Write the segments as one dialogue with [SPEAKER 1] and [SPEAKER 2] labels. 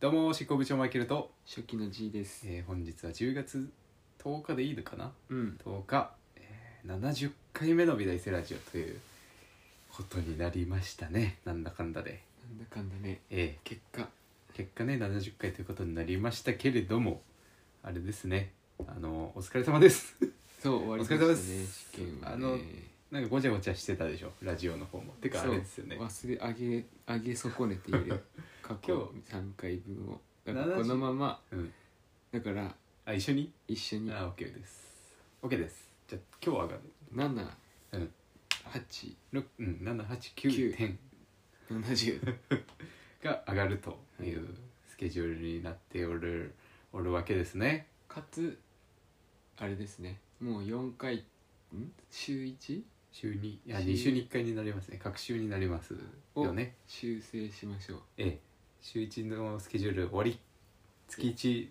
[SPEAKER 1] どうも執行部長マイケルと、
[SPEAKER 2] 初期の G です
[SPEAKER 1] えー本日は10月10日でいいのかな
[SPEAKER 2] うん
[SPEAKER 1] 10日、えー70回目の美大生ラジオということになりましたねなんだかんだで、
[SPEAKER 2] なんだかんだね
[SPEAKER 1] え
[SPEAKER 2] 結果
[SPEAKER 1] ー結果ね70回ということになりましたけれどもあれですねあのお疲れ様です
[SPEAKER 2] そう終わりました
[SPEAKER 1] お疲れ様
[SPEAKER 2] ね
[SPEAKER 1] です
[SPEAKER 2] 試験はね
[SPEAKER 1] あのなんかごちゃごちゃしてたでしょラジオの方もてかあれですよね
[SPEAKER 2] 忘れ上げ上げ損ねて いる過去3回分をだから
[SPEAKER 1] 70
[SPEAKER 2] このまま
[SPEAKER 1] うん
[SPEAKER 2] だから
[SPEAKER 1] あ一緒に
[SPEAKER 2] 一緒に
[SPEAKER 1] あ OK です OK ですじゃあ今日は上がる
[SPEAKER 2] 7
[SPEAKER 1] うん
[SPEAKER 2] 8
[SPEAKER 1] ろうん789点
[SPEAKER 2] 70
[SPEAKER 1] が上がるというスケジュールになっておるおるわけですね。
[SPEAKER 2] かつあれですねもう4回ん週 1?
[SPEAKER 1] 週にいや
[SPEAKER 2] 週
[SPEAKER 1] 2週に1回になりますね。各週になりますよね。
[SPEAKER 2] 修正しましょう
[SPEAKER 1] ええ、週1のスケジュール終わり。月1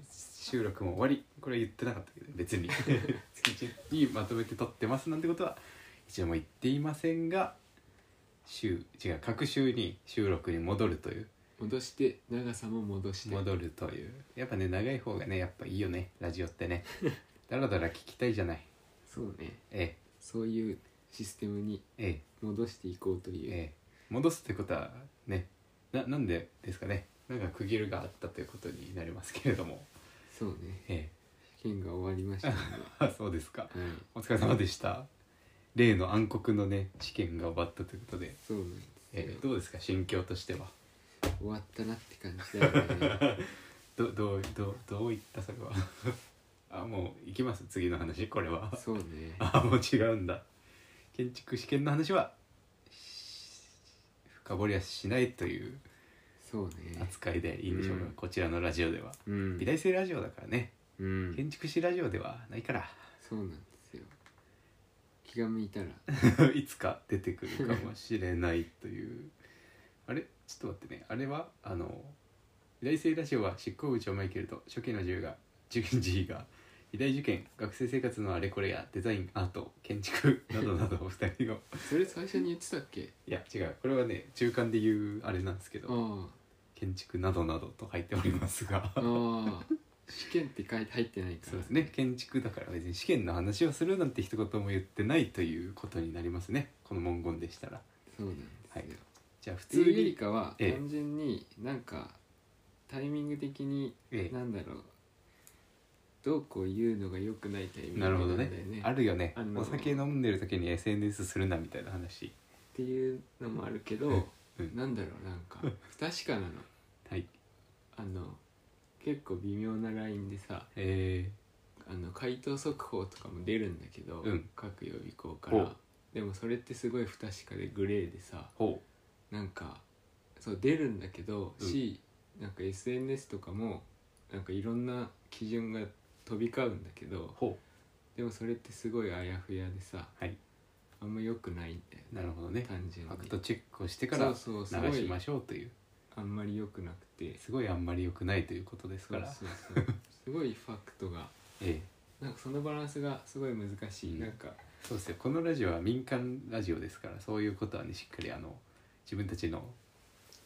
[SPEAKER 1] 収録も終わり。これは言ってなかったけど別 に月1にまとめて撮ってますなんてことは一度も言っていませんが。週違う各週に収録に戻るという
[SPEAKER 2] 戻して長さも戻して
[SPEAKER 1] 戻るというやっぱね長い方がねやっぱいいよねラジオって ねだらだら聞きたいじゃない
[SPEAKER 2] そうね
[SPEAKER 1] え
[SPEAKER 2] そういうシステムに
[SPEAKER 1] えええ
[SPEAKER 2] 戻していこうという、
[SPEAKER 1] ええ、戻すってことはねななんでですかねなんか区切るがあったということになりますけれども、
[SPEAKER 2] そうね
[SPEAKER 1] え
[SPEAKER 2] 試験が終わりまし たので、
[SPEAKER 1] え、あそうですか
[SPEAKER 2] はい、
[SPEAKER 1] お疲れ様でした例の暗黒のね試験が終わったということで、
[SPEAKER 2] そうなんですよ、
[SPEAKER 1] ええ、どうですか心境としては
[SPEAKER 2] 終わったなって感じだ よね
[SPEAKER 1] どどうどうどういったそれは あもう行きます次の話これは
[SPEAKER 2] そうね
[SPEAKER 1] あもう違うんだ建築試験の話はし深掘りはしないという
[SPEAKER 2] そうね
[SPEAKER 1] 扱いでいいんでしょうか、
[SPEAKER 2] うん
[SPEAKER 1] こちらのラジオでは
[SPEAKER 2] うん
[SPEAKER 1] 美大生ラジオだからね
[SPEAKER 2] うん
[SPEAKER 1] 建築士ラジオではないから
[SPEAKER 2] そうなんですよ気が向いたら
[SPEAKER 1] いつか出てくるかもしれないというあれちょっと待ってねあれはあの美大生ラジオは執行部長マイケルと初期の10が 10G が美大受験学生生活のあれこれやデザインアート建築などな どお二人の
[SPEAKER 2] それ最初に言ってたっけ
[SPEAKER 1] いや違うこれはね中間で言うあれなんですけ
[SPEAKER 2] あ
[SPEAKER 1] ど
[SPEAKER 2] あ
[SPEAKER 1] 建築などなどと入っておりますが
[SPEAKER 2] ああ試験って書いて入ってないから
[SPEAKER 1] そうですね建築だから別に試験の話をするなんて一言も言ってないということになりますねこの文言でしたら
[SPEAKER 2] そうなんですよ、
[SPEAKER 1] はいじゃあ普
[SPEAKER 2] ってい
[SPEAKER 1] 通
[SPEAKER 2] うより
[SPEAKER 1] に、
[SPEAKER 2] かは
[SPEAKER 1] ええ
[SPEAKER 2] 単純になんかタイミング的に
[SPEAKER 1] え
[SPEAKER 2] なんだろうどうこう言うのが良くないタイミン
[SPEAKER 1] え
[SPEAKER 2] グ
[SPEAKER 1] なるほどね
[SPEAKER 2] んだよね
[SPEAKER 1] あるよね
[SPEAKER 2] あの
[SPEAKER 1] お酒飲んでる時に SNS するなみたいな話
[SPEAKER 2] っていうのもあるけど、
[SPEAKER 1] うん
[SPEAKER 2] なんだろうなんか不確かなの
[SPEAKER 1] はい
[SPEAKER 2] あの結構微妙なラインでさ
[SPEAKER 1] え
[SPEAKER 2] あの回答速報とかも出るんだけど、
[SPEAKER 1] うん
[SPEAKER 2] 各予備校か
[SPEAKER 1] ほ
[SPEAKER 2] ら
[SPEAKER 1] う
[SPEAKER 2] でもそれってすごい不確かでグレーでさ
[SPEAKER 1] ー、ほ
[SPEAKER 2] なんかそう出るんだけど、
[SPEAKER 1] うん
[SPEAKER 2] しなんか SNS とかもなんかいろんな基準が飛び交うんだけ
[SPEAKER 1] う
[SPEAKER 2] ど
[SPEAKER 1] ほ
[SPEAKER 2] でもそれってすごいあやふやでさ
[SPEAKER 1] うはい
[SPEAKER 2] あんま良くないんだよ
[SPEAKER 1] な
[SPEAKER 2] ね
[SPEAKER 1] るほどね
[SPEAKER 2] 単純
[SPEAKER 1] フ
[SPEAKER 2] に
[SPEAKER 1] ァクトチェックをしてから
[SPEAKER 2] そうそ
[SPEAKER 1] 流
[SPEAKER 2] うすご
[SPEAKER 1] し
[SPEAKER 2] い
[SPEAKER 1] ましょうという
[SPEAKER 2] あんまり良くなくて
[SPEAKER 1] すごいあんまり良くないということです
[SPEAKER 2] そ
[SPEAKER 1] か
[SPEAKER 2] う
[SPEAKER 1] ら
[SPEAKER 2] そうそうすごいファクトが
[SPEAKER 1] ええ
[SPEAKER 2] なんかそのバランスがすごい難しい、
[SPEAKER 1] うん
[SPEAKER 2] なんか
[SPEAKER 1] そうですよこのラジオは民間ラジオですからそういうことはねしっかりあの自分たちの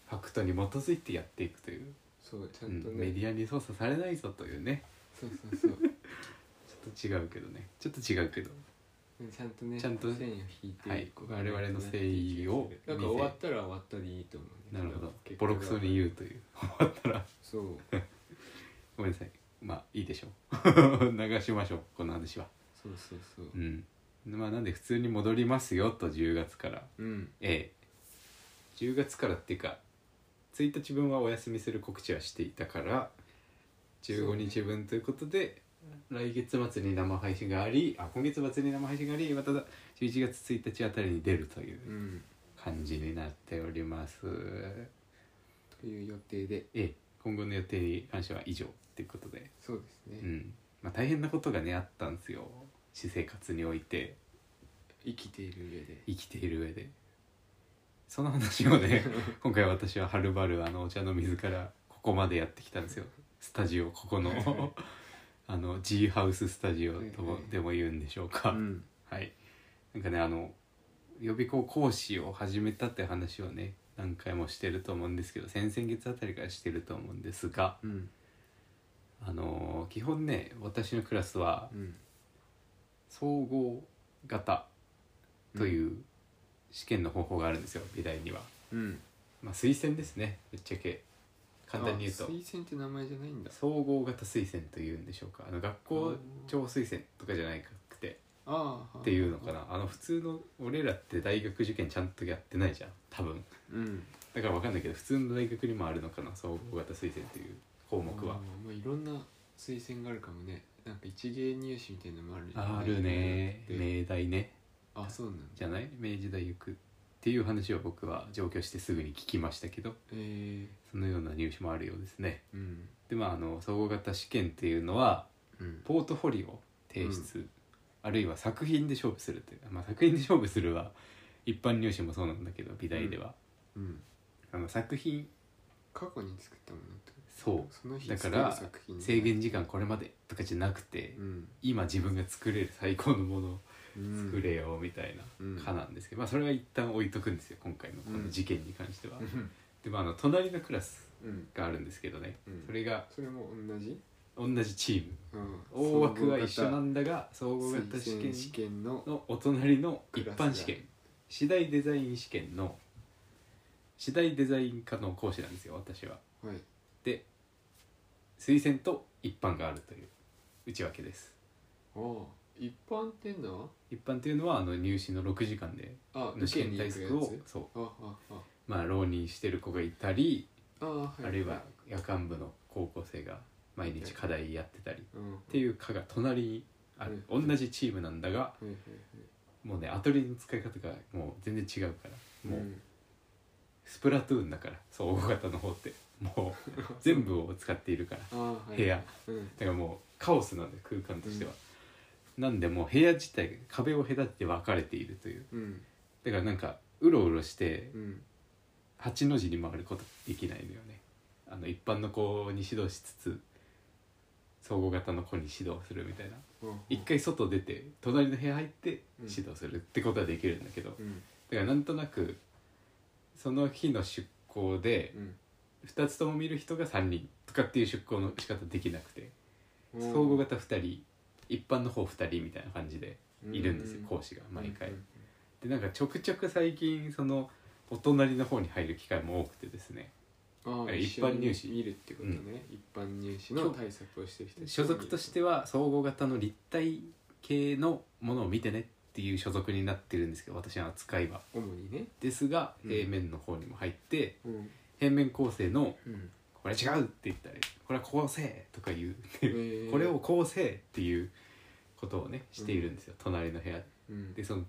[SPEAKER 1] ファクトに基づいてやっていくという、
[SPEAKER 2] そうち
[SPEAKER 1] う
[SPEAKER 2] ゃ
[SPEAKER 1] ん
[SPEAKER 2] んとね、
[SPEAKER 1] メディアに操作されないぞというね
[SPEAKER 2] そうそうそう
[SPEAKER 1] ちょっと違うけどねちょっと違うけど
[SPEAKER 2] ちゃんとね
[SPEAKER 1] ちゃんと
[SPEAKER 2] 線を引いて、
[SPEAKER 1] はい
[SPEAKER 2] こう
[SPEAKER 1] 我々の誠意を
[SPEAKER 2] なんか終わったら終わったでいいと思う
[SPEAKER 1] なるほど
[SPEAKER 2] 結果
[SPEAKER 1] ボ
[SPEAKER 2] が
[SPEAKER 1] ロクソに言うという終わったら
[SPEAKER 2] そう
[SPEAKER 1] ごめんなさいまあいいでしょう 流しましょうこの話は
[SPEAKER 2] そうそうそう
[SPEAKER 1] うんまあなんで普通に戻りますよと10月から
[SPEAKER 2] うん
[SPEAKER 1] ええ10月からっていうか1日分はお休みする告知はしていたから15日分ということで、来月末に生配信がありあ今月末に生配信がありまた11月1日あたりに出るという
[SPEAKER 2] うん
[SPEAKER 1] 感じになっております、
[SPEAKER 2] という予定で
[SPEAKER 1] ええ今後の予定に関しては以上ということで
[SPEAKER 2] そうですね、
[SPEAKER 1] うんまあ大変なことがねあったんですよ私生活において
[SPEAKER 2] 生きている上で
[SPEAKER 1] 生きている上でその話をね今回私ははるばるあのお茶の水からここまでやってきたんですよスタジオここのあの G ハウススタジオとも
[SPEAKER 2] はいはい
[SPEAKER 1] でも言うんでしょうか、
[SPEAKER 2] うん
[SPEAKER 1] はいなんかねあの予備校講師を始めたって話をね何回もしてると思うんですけど先々月あたりからしてると思うんですが
[SPEAKER 2] うん
[SPEAKER 1] あのー基本ね私のクラスは
[SPEAKER 2] うん
[SPEAKER 1] 総合型という試験の方法があるんですよ美大には。
[SPEAKER 2] うん
[SPEAKER 1] まあ、推薦ですねぶっちゃけ簡単に言う
[SPEAKER 2] あ
[SPEAKER 1] と
[SPEAKER 2] 推薦って名前じゃないんだ
[SPEAKER 1] 総合型推薦というんでしょうかあの学校
[SPEAKER 2] あ
[SPEAKER 1] 長推薦とかじゃないくて
[SPEAKER 2] ああ
[SPEAKER 1] っていうのかなあの普通の俺らって大学受験ちゃんとやってないじゃん多分
[SPEAKER 2] うん
[SPEAKER 1] だから分かんないけど普通の大学にもあるのかな総合型推薦という項目は
[SPEAKER 2] あーまあいろんな推薦があるかもねなんか一芸入試みたいなのもある
[SPEAKER 1] あるね
[SPEAKER 2] で
[SPEAKER 1] 明大ね
[SPEAKER 2] あそうなんだ
[SPEAKER 1] じゃない明治大学っていう話を僕は上京してすぐに聞きましたけど
[SPEAKER 2] えー、
[SPEAKER 1] そのような入試もあるようですね
[SPEAKER 2] うん
[SPEAKER 1] でまああの総合型試験っていうのは
[SPEAKER 2] うん
[SPEAKER 1] ポートフォリオ提出、あるいは作品で勝負するという、まあ、作品で勝負するは一般入試もそうなんだけど美大では、
[SPEAKER 2] うん
[SPEAKER 1] あの作品
[SPEAKER 2] 過去に作ったものってこ
[SPEAKER 1] そ
[SPEAKER 2] とその日
[SPEAKER 1] だ
[SPEAKER 2] 作
[SPEAKER 1] か
[SPEAKER 2] る
[SPEAKER 1] ら
[SPEAKER 2] 作品
[SPEAKER 1] う
[SPEAKER 2] ね
[SPEAKER 1] 制限時間これまでとかじゃなくて、
[SPEAKER 2] うん
[SPEAKER 1] 今自分が作れる最高のものを
[SPEAKER 2] うん
[SPEAKER 1] 作れよみたい
[SPEAKER 2] うん
[SPEAKER 1] なかなんですけど、まあ、それは一旦置いとくんですよ今回のこの事件に関しては。
[SPEAKER 2] うん
[SPEAKER 1] でまああの隣のクラス
[SPEAKER 2] うん
[SPEAKER 1] があるんですけどね、
[SPEAKER 2] うん
[SPEAKER 1] それが
[SPEAKER 2] それも同じ
[SPEAKER 1] 同じチーム
[SPEAKER 2] うん
[SPEAKER 1] 大枠は一緒なんだが総
[SPEAKER 2] 総
[SPEAKER 1] 合
[SPEAKER 2] 合型
[SPEAKER 1] 型試
[SPEAKER 2] 推
[SPEAKER 1] 験
[SPEAKER 2] 薦試験の
[SPEAKER 1] のお隣の
[SPEAKER 2] ク
[SPEAKER 1] 一
[SPEAKER 2] ラスが
[SPEAKER 1] 般試験次第デザイン試験の次第デザイン科の講師なんですよ私は
[SPEAKER 2] はい
[SPEAKER 1] で推薦と一般があるという内訳です
[SPEAKER 2] ああ一般ってんのは
[SPEAKER 1] 一般というのはあの入試の6時間で
[SPEAKER 2] あ
[SPEAKER 1] の試験
[SPEAKER 2] 行
[SPEAKER 1] 対
[SPEAKER 2] くや
[SPEAKER 1] 策を
[SPEAKER 2] つ
[SPEAKER 1] そう
[SPEAKER 2] あああ
[SPEAKER 1] まあ浪人してる子がいたり
[SPEAKER 2] ああはい
[SPEAKER 1] あるいは夜間部の高校生が毎日課題やってたりっ
[SPEAKER 2] うんって
[SPEAKER 1] いう科が隣にある同じチームなんだが
[SPEAKER 2] はいはい
[SPEAKER 1] もうねアトリエの使い方がもう全然違うからも
[SPEAKER 2] はいう
[SPEAKER 1] うんスプラトゥーンだから総合型の方ってもう 全部を使っているから
[SPEAKER 2] ああはい
[SPEAKER 1] 部屋
[SPEAKER 2] うん
[SPEAKER 1] だからもうカオスなんで空間としては、なんでもう部屋自体壁を隔てて分かれているという
[SPEAKER 2] うん
[SPEAKER 1] だからなんかうろうろして
[SPEAKER 2] うん
[SPEAKER 1] 8の字に回ることできないのよねあの一般の子に指導しつつ総合型の子に指導するみたいな
[SPEAKER 2] うん
[SPEAKER 1] 一回外出て隣の部屋入って
[SPEAKER 2] うん
[SPEAKER 1] 指導するってことはできるんだけど、
[SPEAKER 2] うん
[SPEAKER 1] だからなんとなくその日の出向で
[SPEAKER 2] うん
[SPEAKER 1] 2つとも見る人が3人とかっていう出向の仕方できなくて総合型2人一般の方2人みたいな感じでいるんですよ講師が毎回
[SPEAKER 2] うん
[SPEAKER 1] でなんかちょくちょく最近そのお隣の方に入る機会も多くてですね
[SPEAKER 2] ああ
[SPEAKER 1] 一般入試
[SPEAKER 2] 一緒に見るってことね一般入試の対策をしてる人たち
[SPEAKER 1] 所属としては総合型の立体系のものを見てねっていう所属になってるんですけど私の扱いは
[SPEAKER 2] 主にね
[SPEAKER 1] ですが
[SPEAKER 2] うん
[SPEAKER 1] 平面の方にも入って
[SPEAKER 2] うん
[SPEAKER 1] 平面構成の
[SPEAKER 2] うん
[SPEAKER 1] これ違うって言ったりこれは構成とか言う
[SPEAKER 2] えー
[SPEAKER 1] これを構成っていうことをねしているんですよ、隣の部屋
[SPEAKER 2] うん
[SPEAKER 1] でその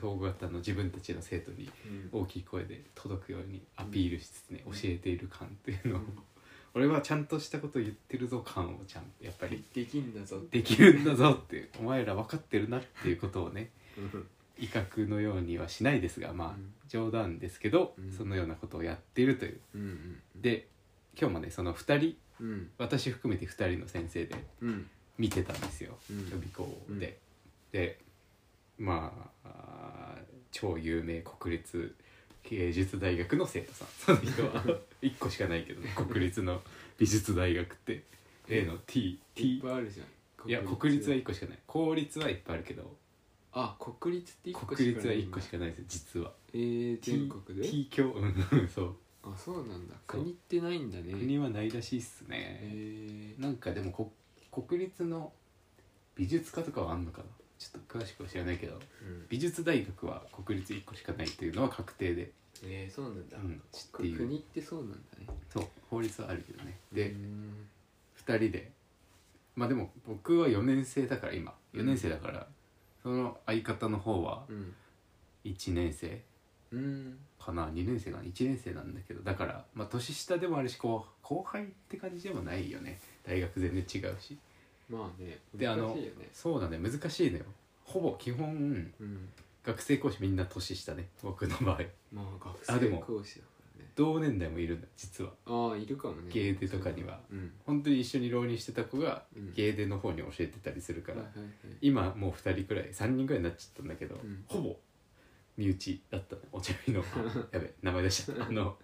[SPEAKER 1] 総合型の自分たちの生徒に
[SPEAKER 2] うん
[SPEAKER 1] 大きい声で届くようにアピールしつつね、
[SPEAKER 2] うん
[SPEAKER 1] 教えている感っていうのを、
[SPEAKER 2] うん
[SPEAKER 1] 俺はちゃんとしたことを言ってるぞ感をちゃんとやっぱり
[SPEAKER 2] できんだぞ
[SPEAKER 1] できるんだぞってお前ら分かってるなっていうことをね
[SPEAKER 2] うん
[SPEAKER 1] 威嚇のようにはしないですがまあ、
[SPEAKER 2] うん
[SPEAKER 1] 冗談ですけど、
[SPEAKER 2] うん
[SPEAKER 1] そのようなことをやっているという
[SPEAKER 2] うん
[SPEAKER 1] で今日もねその2人
[SPEAKER 2] うん
[SPEAKER 1] 私含めて2人の先生で
[SPEAKER 2] うん
[SPEAKER 1] 見てたんですよ、
[SPEAKER 2] うん
[SPEAKER 1] 予備校で、でまああー超有名国立芸術大学の生徒さんその人は1 個しかないけどね国立の美術大学って A の TT
[SPEAKER 2] いっ
[SPEAKER 1] い
[SPEAKER 2] ぱいあるじゃん
[SPEAKER 1] や国立は1個しかない公立はいっぱいあるけど
[SPEAKER 2] あ国立って一個しか
[SPEAKER 1] 国立は1個し
[SPEAKER 2] ない
[SPEAKER 1] かないです実は
[SPEAKER 2] えー、全国で
[SPEAKER 1] T 教うんそう
[SPEAKER 2] あそうなんだ
[SPEAKER 1] そう
[SPEAKER 2] 国ってないんだね
[SPEAKER 1] 国はないらしいっすね、
[SPEAKER 2] えー、
[SPEAKER 1] なんかでもこ国立の美術科とかはあんのかなちょっと詳しくは知らないけど
[SPEAKER 2] うん
[SPEAKER 1] 美術大学は国立1個しかないというのは確定で、
[SPEAKER 2] えー、そうなんだ、
[SPEAKER 1] うん知ってい
[SPEAKER 2] 国
[SPEAKER 1] る
[SPEAKER 2] 国ってそうなんだね
[SPEAKER 1] そう法律はあるけどねで、
[SPEAKER 2] うん
[SPEAKER 1] 2人でまあでも僕は4年生だから今4年生だから、その相方の方は
[SPEAKER 2] うん
[SPEAKER 1] 1年生
[SPEAKER 2] うん
[SPEAKER 1] かな2年生かな1年生なんだけどだからまあ年下でもあるし後後輩って感じでもないよね大学全然違うし
[SPEAKER 2] まあね
[SPEAKER 1] であの
[SPEAKER 2] 難しいよね
[SPEAKER 1] そうだね難しいのよほぼ基本
[SPEAKER 2] うん
[SPEAKER 1] 学生講師みんな年下ね僕の場合
[SPEAKER 2] まあ学
[SPEAKER 1] あで
[SPEAKER 2] 生
[SPEAKER 1] も
[SPEAKER 2] 講師だからね
[SPEAKER 1] 同年代もいるんだ実は
[SPEAKER 2] ああいるかもね
[SPEAKER 1] ゲーテとかには
[SPEAKER 2] うん
[SPEAKER 1] 本当に一緒に浪人してた子が
[SPEAKER 2] うん
[SPEAKER 1] 芸ーデの方に教えてたりするから、
[SPEAKER 2] はいはいはい
[SPEAKER 1] 今もう2人くらい3人くらいになっちゃったんだけど、
[SPEAKER 2] ん
[SPEAKER 1] ほぼ身内だったねお茶 目のやべ名前出しちゃったあの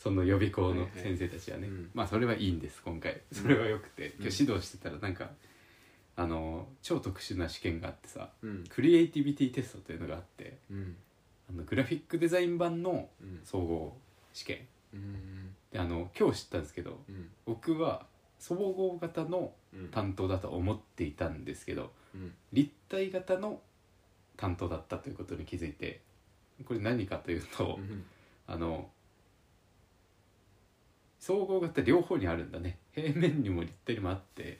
[SPEAKER 1] その予備校の先生たちはね、
[SPEAKER 2] はいはいうん
[SPEAKER 1] まあそれはいいんです今回それはよくて、
[SPEAKER 2] うん
[SPEAKER 1] 今日指導してたらなんかあの超特殊な試験があってさ
[SPEAKER 2] うん
[SPEAKER 1] クリエイティビティテストというのがあって
[SPEAKER 2] うん
[SPEAKER 1] あのグラフィックデザイン版の
[SPEAKER 2] うん
[SPEAKER 1] 総合試験
[SPEAKER 2] うん
[SPEAKER 1] であの今日知ったんですけど
[SPEAKER 2] うん
[SPEAKER 1] 僕は総合型の
[SPEAKER 2] うん
[SPEAKER 1] 担当だと思っていたんですけど
[SPEAKER 2] うん
[SPEAKER 1] 立体型の担当だったということに気づいてこれ何かというと、
[SPEAKER 2] うん
[SPEAKER 1] あの総合型両方にあるんだね平面にも立体にもあって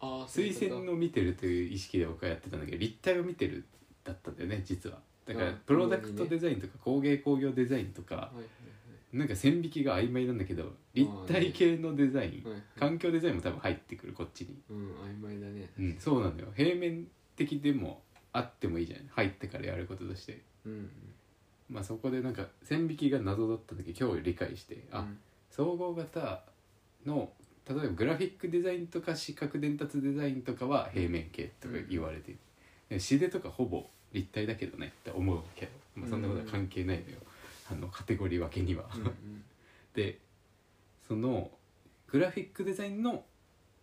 [SPEAKER 2] ああ
[SPEAKER 1] 水線の見てるという意識で僕はやってたんだけど立体を見てるだったんだよね実はだから
[SPEAKER 2] うん
[SPEAKER 1] プロダクトデザインとか工芸工業デザインとか
[SPEAKER 2] はいはい
[SPEAKER 1] なんか線引きが曖昧なんだけど立体系のデザイン
[SPEAKER 2] はいはいはい
[SPEAKER 1] 環境デザインも多分入ってくるこっちに
[SPEAKER 2] うん曖昧だね
[SPEAKER 1] うん、そうなのよ平面的でもあってもいいじゃん入ってからやることとして
[SPEAKER 2] うん
[SPEAKER 1] まあそこでなんか線引きが謎だったんだけど今日理解してあ、
[SPEAKER 2] うん
[SPEAKER 1] 総合型の例えばグラフィックデザインとか視覚伝達デザインとかは平面系とか言われている、でも素手とかほぼ立体だけどねって思うけど、まあ、そんなことは関係ないのよ、あのカテゴリー分けには、
[SPEAKER 2] うんうん
[SPEAKER 1] でそのグラフィックデザインの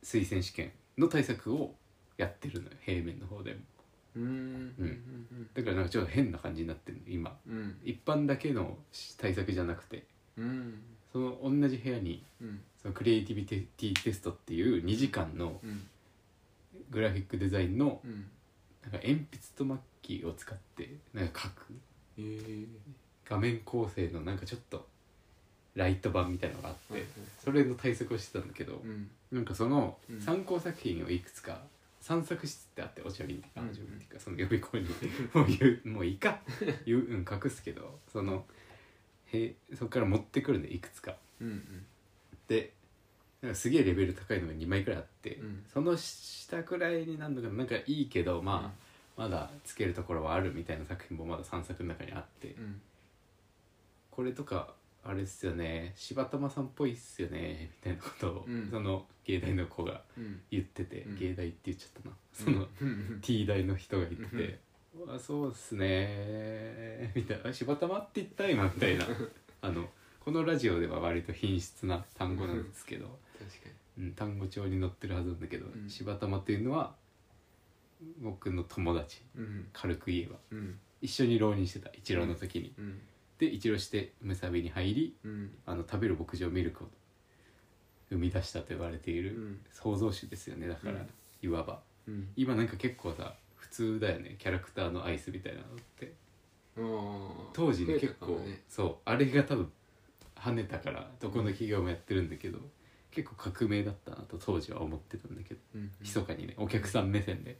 [SPEAKER 1] 推薦試験の対策をやってるのよ平面の方でも
[SPEAKER 2] うんうんうん
[SPEAKER 1] だからなんかちょっと変な感じになってるの今
[SPEAKER 2] うん
[SPEAKER 1] 一般だけの対策じゃなくて
[SPEAKER 2] うん
[SPEAKER 1] その同じ部屋に
[SPEAKER 2] うん
[SPEAKER 1] そのクリエイティビティテストっていう2時間の
[SPEAKER 2] うん
[SPEAKER 1] グラフィックデザインの
[SPEAKER 2] うん
[SPEAKER 1] なんか鉛筆とマッキーを使ってなんか描く
[SPEAKER 2] えー
[SPEAKER 1] 画面構成のなんかちょっとライト版みたいなのがあって、
[SPEAKER 2] はいはい
[SPEAKER 1] それの対策をしてたんだけど、
[SPEAKER 2] うん
[SPEAKER 1] なんかその
[SPEAKER 2] うん
[SPEAKER 1] 参考作品をいくつか散策室ってあってお茶瓶っていうか
[SPEAKER 2] うん
[SPEAKER 1] お茶瓶っていうかその予備校にもう 言うもういいか言う、うん、隠すけどそのへそこから持ってくるんでいくつか
[SPEAKER 2] うんうん
[SPEAKER 1] でなんかすげえレベル高いのが2枚くらいあって、
[SPEAKER 2] うん
[SPEAKER 1] その下くらいになるのがなんかいいけどまあ、まだつけるところはあるみたいな作品もまだ3作の中にあって、
[SPEAKER 2] うん
[SPEAKER 1] これとかあれっすよね柴玉さんっぽいっすよねみたいなことを、
[SPEAKER 2] うん
[SPEAKER 1] その芸大の子が
[SPEAKER 2] うん
[SPEAKER 1] 言ってて、
[SPEAKER 2] うん
[SPEAKER 1] 芸大って言っちゃったなその、
[SPEAKER 2] うん
[SPEAKER 1] T 大の人が言ってて「うわそうっすね」みたいなあ「柴玉って言った今」みた いなあのこのラジオでは割と品質な単語なんですけど、
[SPEAKER 2] 確かに
[SPEAKER 1] うん、単語帳に載ってるはずなんだけど、
[SPEAKER 2] うん
[SPEAKER 1] 柴玉っていうのは僕の友達
[SPEAKER 2] うん
[SPEAKER 1] 軽く言えば
[SPEAKER 2] うん
[SPEAKER 1] 一緒に浪人してた一郎の時に、
[SPEAKER 2] うん
[SPEAKER 1] で一浪してむさびに入り
[SPEAKER 2] うん
[SPEAKER 1] あの食べる牧場ミルクを生み出したと言われている創造主ですよねだから、
[SPEAKER 2] うん
[SPEAKER 1] いわば。
[SPEAKER 2] うん
[SPEAKER 1] 今なんか結構さ普通だよねキャラクターのアイスみたいなのって当時ね結構そうあれが多分跳ねたからどこの企業もやってるんだけど、結構革命だったなと当時は思ってたんだけど密かにねお客さん目線で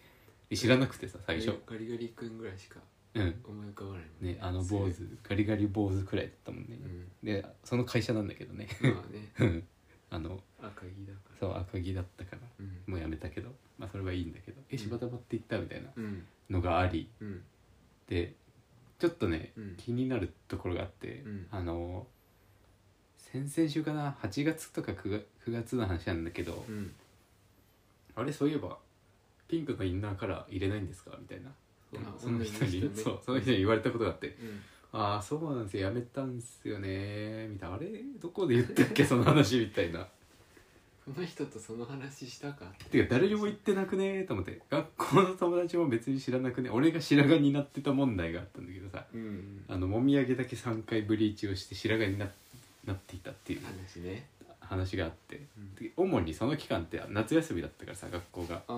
[SPEAKER 1] で知らなくてさ最初
[SPEAKER 2] ガリガリ君ぐらいしか
[SPEAKER 1] うん
[SPEAKER 2] 思い浮かばない
[SPEAKER 1] ねあの坊主ガリガリ坊主くらいだったもんね
[SPEAKER 2] う、ん
[SPEAKER 1] でその会社なんだけどね
[SPEAKER 2] まあね
[SPEAKER 1] あの
[SPEAKER 2] 赤木だから
[SPEAKER 1] そう赤木だったから
[SPEAKER 2] うん
[SPEAKER 1] もうやめたけどまあそれはいいんだけど「え柴田って言った?」みたいな
[SPEAKER 2] うん
[SPEAKER 1] のがあり
[SPEAKER 2] うん
[SPEAKER 1] でちょっとね
[SPEAKER 2] うん
[SPEAKER 1] 気になるところがあって、
[SPEAKER 2] うん
[SPEAKER 1] あの先々週かな8月とか 9, が9月の話なんだけど、
[SPEAKER 2] うん
[SPEAKER 1] あれそういえばピンクのインナーカラー入れないんですかみたいな
[SPEAKER 2] あ
[SPEAKER 1] その人に
[SPEAKER 2] 女の人ね
[SPEAKER 1] そうその人に言われたことがあって
[SPEAKER 2] うん
[SPEAKER 1] 「ああそうなんですよやめたんすよね」みたいな「あれどこで言ったっ けその話」みたいな。
[SPEAKER 2] この人とその話したか
[SPEAKER 1] てか誰にも言ってなくねーと思って学校の友達も別に知らなくね俺が白髪になってた問題があったんだけどさ
[SPEAKER 2] うん
[SPEAKER 1] あのもみあげだけ3回ブリーチをして白髪にななっていたっていう
[SPEAKER 2] 話ね
[SPEAKER 1] 話があって
[SPEAKER 2] うん
[SPEAKER 1] で主にその期間って夏休みだったからさ学校が
[SPEAKER 2] ああ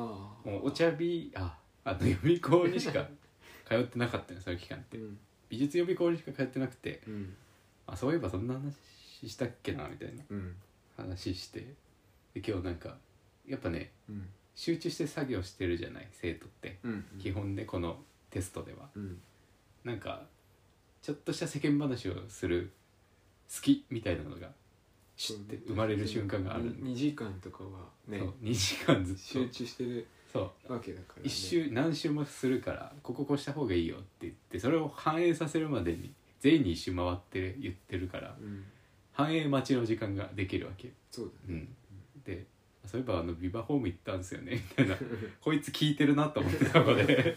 [SPEAKER 1] もうお茶日ああの予備校にしか通ってなかったのその期間っ
[SPEAKER 2] う
[SPEAKER 1] て
[SPEAKER 2] ん
[SPEAKER 1] 美術予備校にしか通ってなくて
[SPEAKER 2] うん
[SPEAKER 1] あそういえばそんな話したっけなみたいな
[SPEAKER 2] うん
[SPEAKER 1] 話してで今日なんかやっぱね
[SPEAKER 2] うん
[SPEAKER 1] 集中して作業してるじゃない生徒って
[SPEAKER 2] うん
[SPEAKER 1] 基本でこのテストでは
[SPEAKER 2] うん
[SPEAKER 1] なんかちょっとした世間話をする好きみたいなのが知って生まれる瞬間があるんで
[SPEAKER 2] 2時間とかはね
[SPEAKER 1] そう2時間ずっ
[SPEAKER 2] 集
[SPEAKER 1] と
[SPEAKER 2] 中してる
[SPEAKER 1] そう
[SPEAKER 2] わけだからね
[SPEAKER 1] 一周何周もするからこここうした方がいいよって言ってそれを反映させるまでに全員に一周回って言ってるから
[SPEAKER 2] うん
[SPEAKER 1] 反映待ちの時間ができるわけ、
[SPEAKER 2] そう
[SPEAKER 1] う
[SPEAKER 2] だね
[SPEAKER 1] ん、でそういえばあ のビバホーム行ったんですよねみたいなこいつ聞いてるなと思ってそこで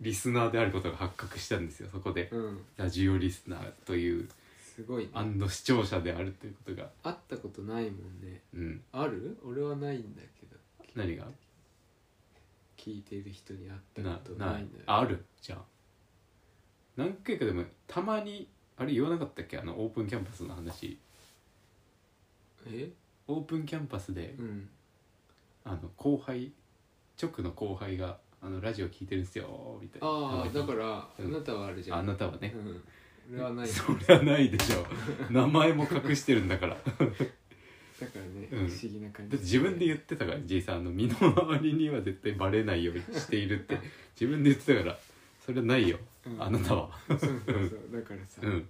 [SPEAKER 1] リスナーであることが発覚したんですよそこで
[SPEAKER 2] うん
[SPEAKER 1] ラジオリスナーという
[SPEAKER 2] すごいね
[SPEAKER 1] アンド視聴者であるということが
[SPEAKER 2] 会ったことないもんね
[SPEAKER 1] うん
[SPEAKER 2] ある俺はないんだけど
[SPEAKER 1] 何が
[SPEAKER 2] 聞いてる人に会った
[SPEAKER 1] な
[SPEAKER 2] こと
[SPEAKER 1] な
[SPEAKER 2] ないいんだよ
[SPEAKER 1] あるじゃん何回かでもたまにあれ言わなかったっけあのオープンキャンパスの話
[SPEAKER 2] え
[SPEAKER 1] オープンキャンパスで
[SPEAKER 2] うん
[SPEAKER 1] あの後輩直の後輩があのラジオ聞いてるんですよみたいな
[SPEAKER 2] ああだかららあなたはあるじゃん
[SPEAKER 1] あなたはね、
[SPEAKER 2] うん俺はないだ
[SPEAKER 1] そ
[SPEAKER 2] か
[SPEAKER 1] りゃないでし ょ名前も隠してるんだからだって
[SPEAKER 2] らね不
[SPEAKER 1] うん
[SPEAKER 2] 思議な感じ
[SPEAKER 1] 自分で言ってたからじいさんあの身の回りには絶対バレないようにしているっ て自分で言ってたからそれはないよ、
[SPEAKER 2] うん
[SPEAKER 1] あなたは
[SPEAKER 2] そうそうそうだからさ
[SPEAKER 1] うん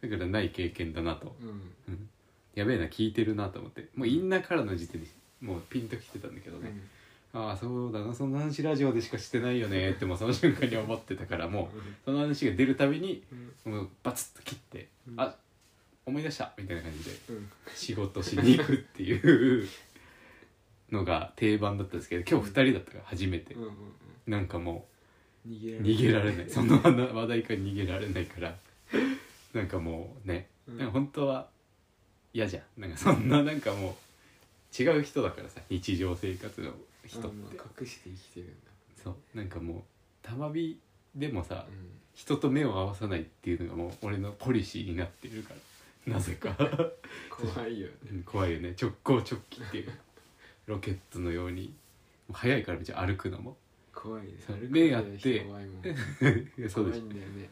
[SPEAKER 1] だからない経験だなと
[SPEAKER 2] うん
[SPEAKER 1] やべえな聞いてるなと思ってもうインナーからの時点でもうピンときてたんだけどね、ああそうだなその話ラジオでしかしてないよねってもうその瞬間に思ってたからもうその話が出るたびに
[SPEAKER 2] うん
[SPEAKER 1] もうバツッと切って、
[SPEAKER 2] うん
[SPEAKER 1] あ思い出したみたいな感じで
[SPEAKER 2] うん
[SPEAKER 1] 仕事しに行くっていうのが定番だったんですけど今日2人だったから初めて、
[SPEAKER 2] うんうん
[SPEAKER 1] なんかも
[SPEAKER 2] うん逃げ
[SPEAKER 1] う
[SPEAKER 2] られ
[SPEAKER 1] 逃げられないその話話題から逃げられないからなんかもうね
[SPEAKER 2] うん
[SPEAKER 1] なんか本当は嫌じゃんなんかそんななんかもう違う人だからさ日常生活の人って
[SPEAKER 2] あまあ隠して生きてるんだ
[SPEAKER 1] そうなんかもうたまびでもさ
[SPEAKER 2] うん
[SPEAKER 1] 人と目を合わさないっていうのがもう俺のポリシーになっているからなぜか
[SPEAKER 2] 怖いよ
[SPEAKER 1] うん怖いよね直行直帰っていうロケットのようにもう早いからめっちゃ歩くのも
[SPEAKER 2] 怖いね
[SPEAKER 1] そう
[SPEAKER 2] 歩く
[SPEAKER 1] 目合って
[SPEAKER 2] 人 怖いもん
[SPEAKER 1] いやそう
[SPEAKER 2] 怖
[SPEAKER 1] で
[SPEAKER 2] い
[SPEAKER 1] しょ
[SPEAKER 2] んだよね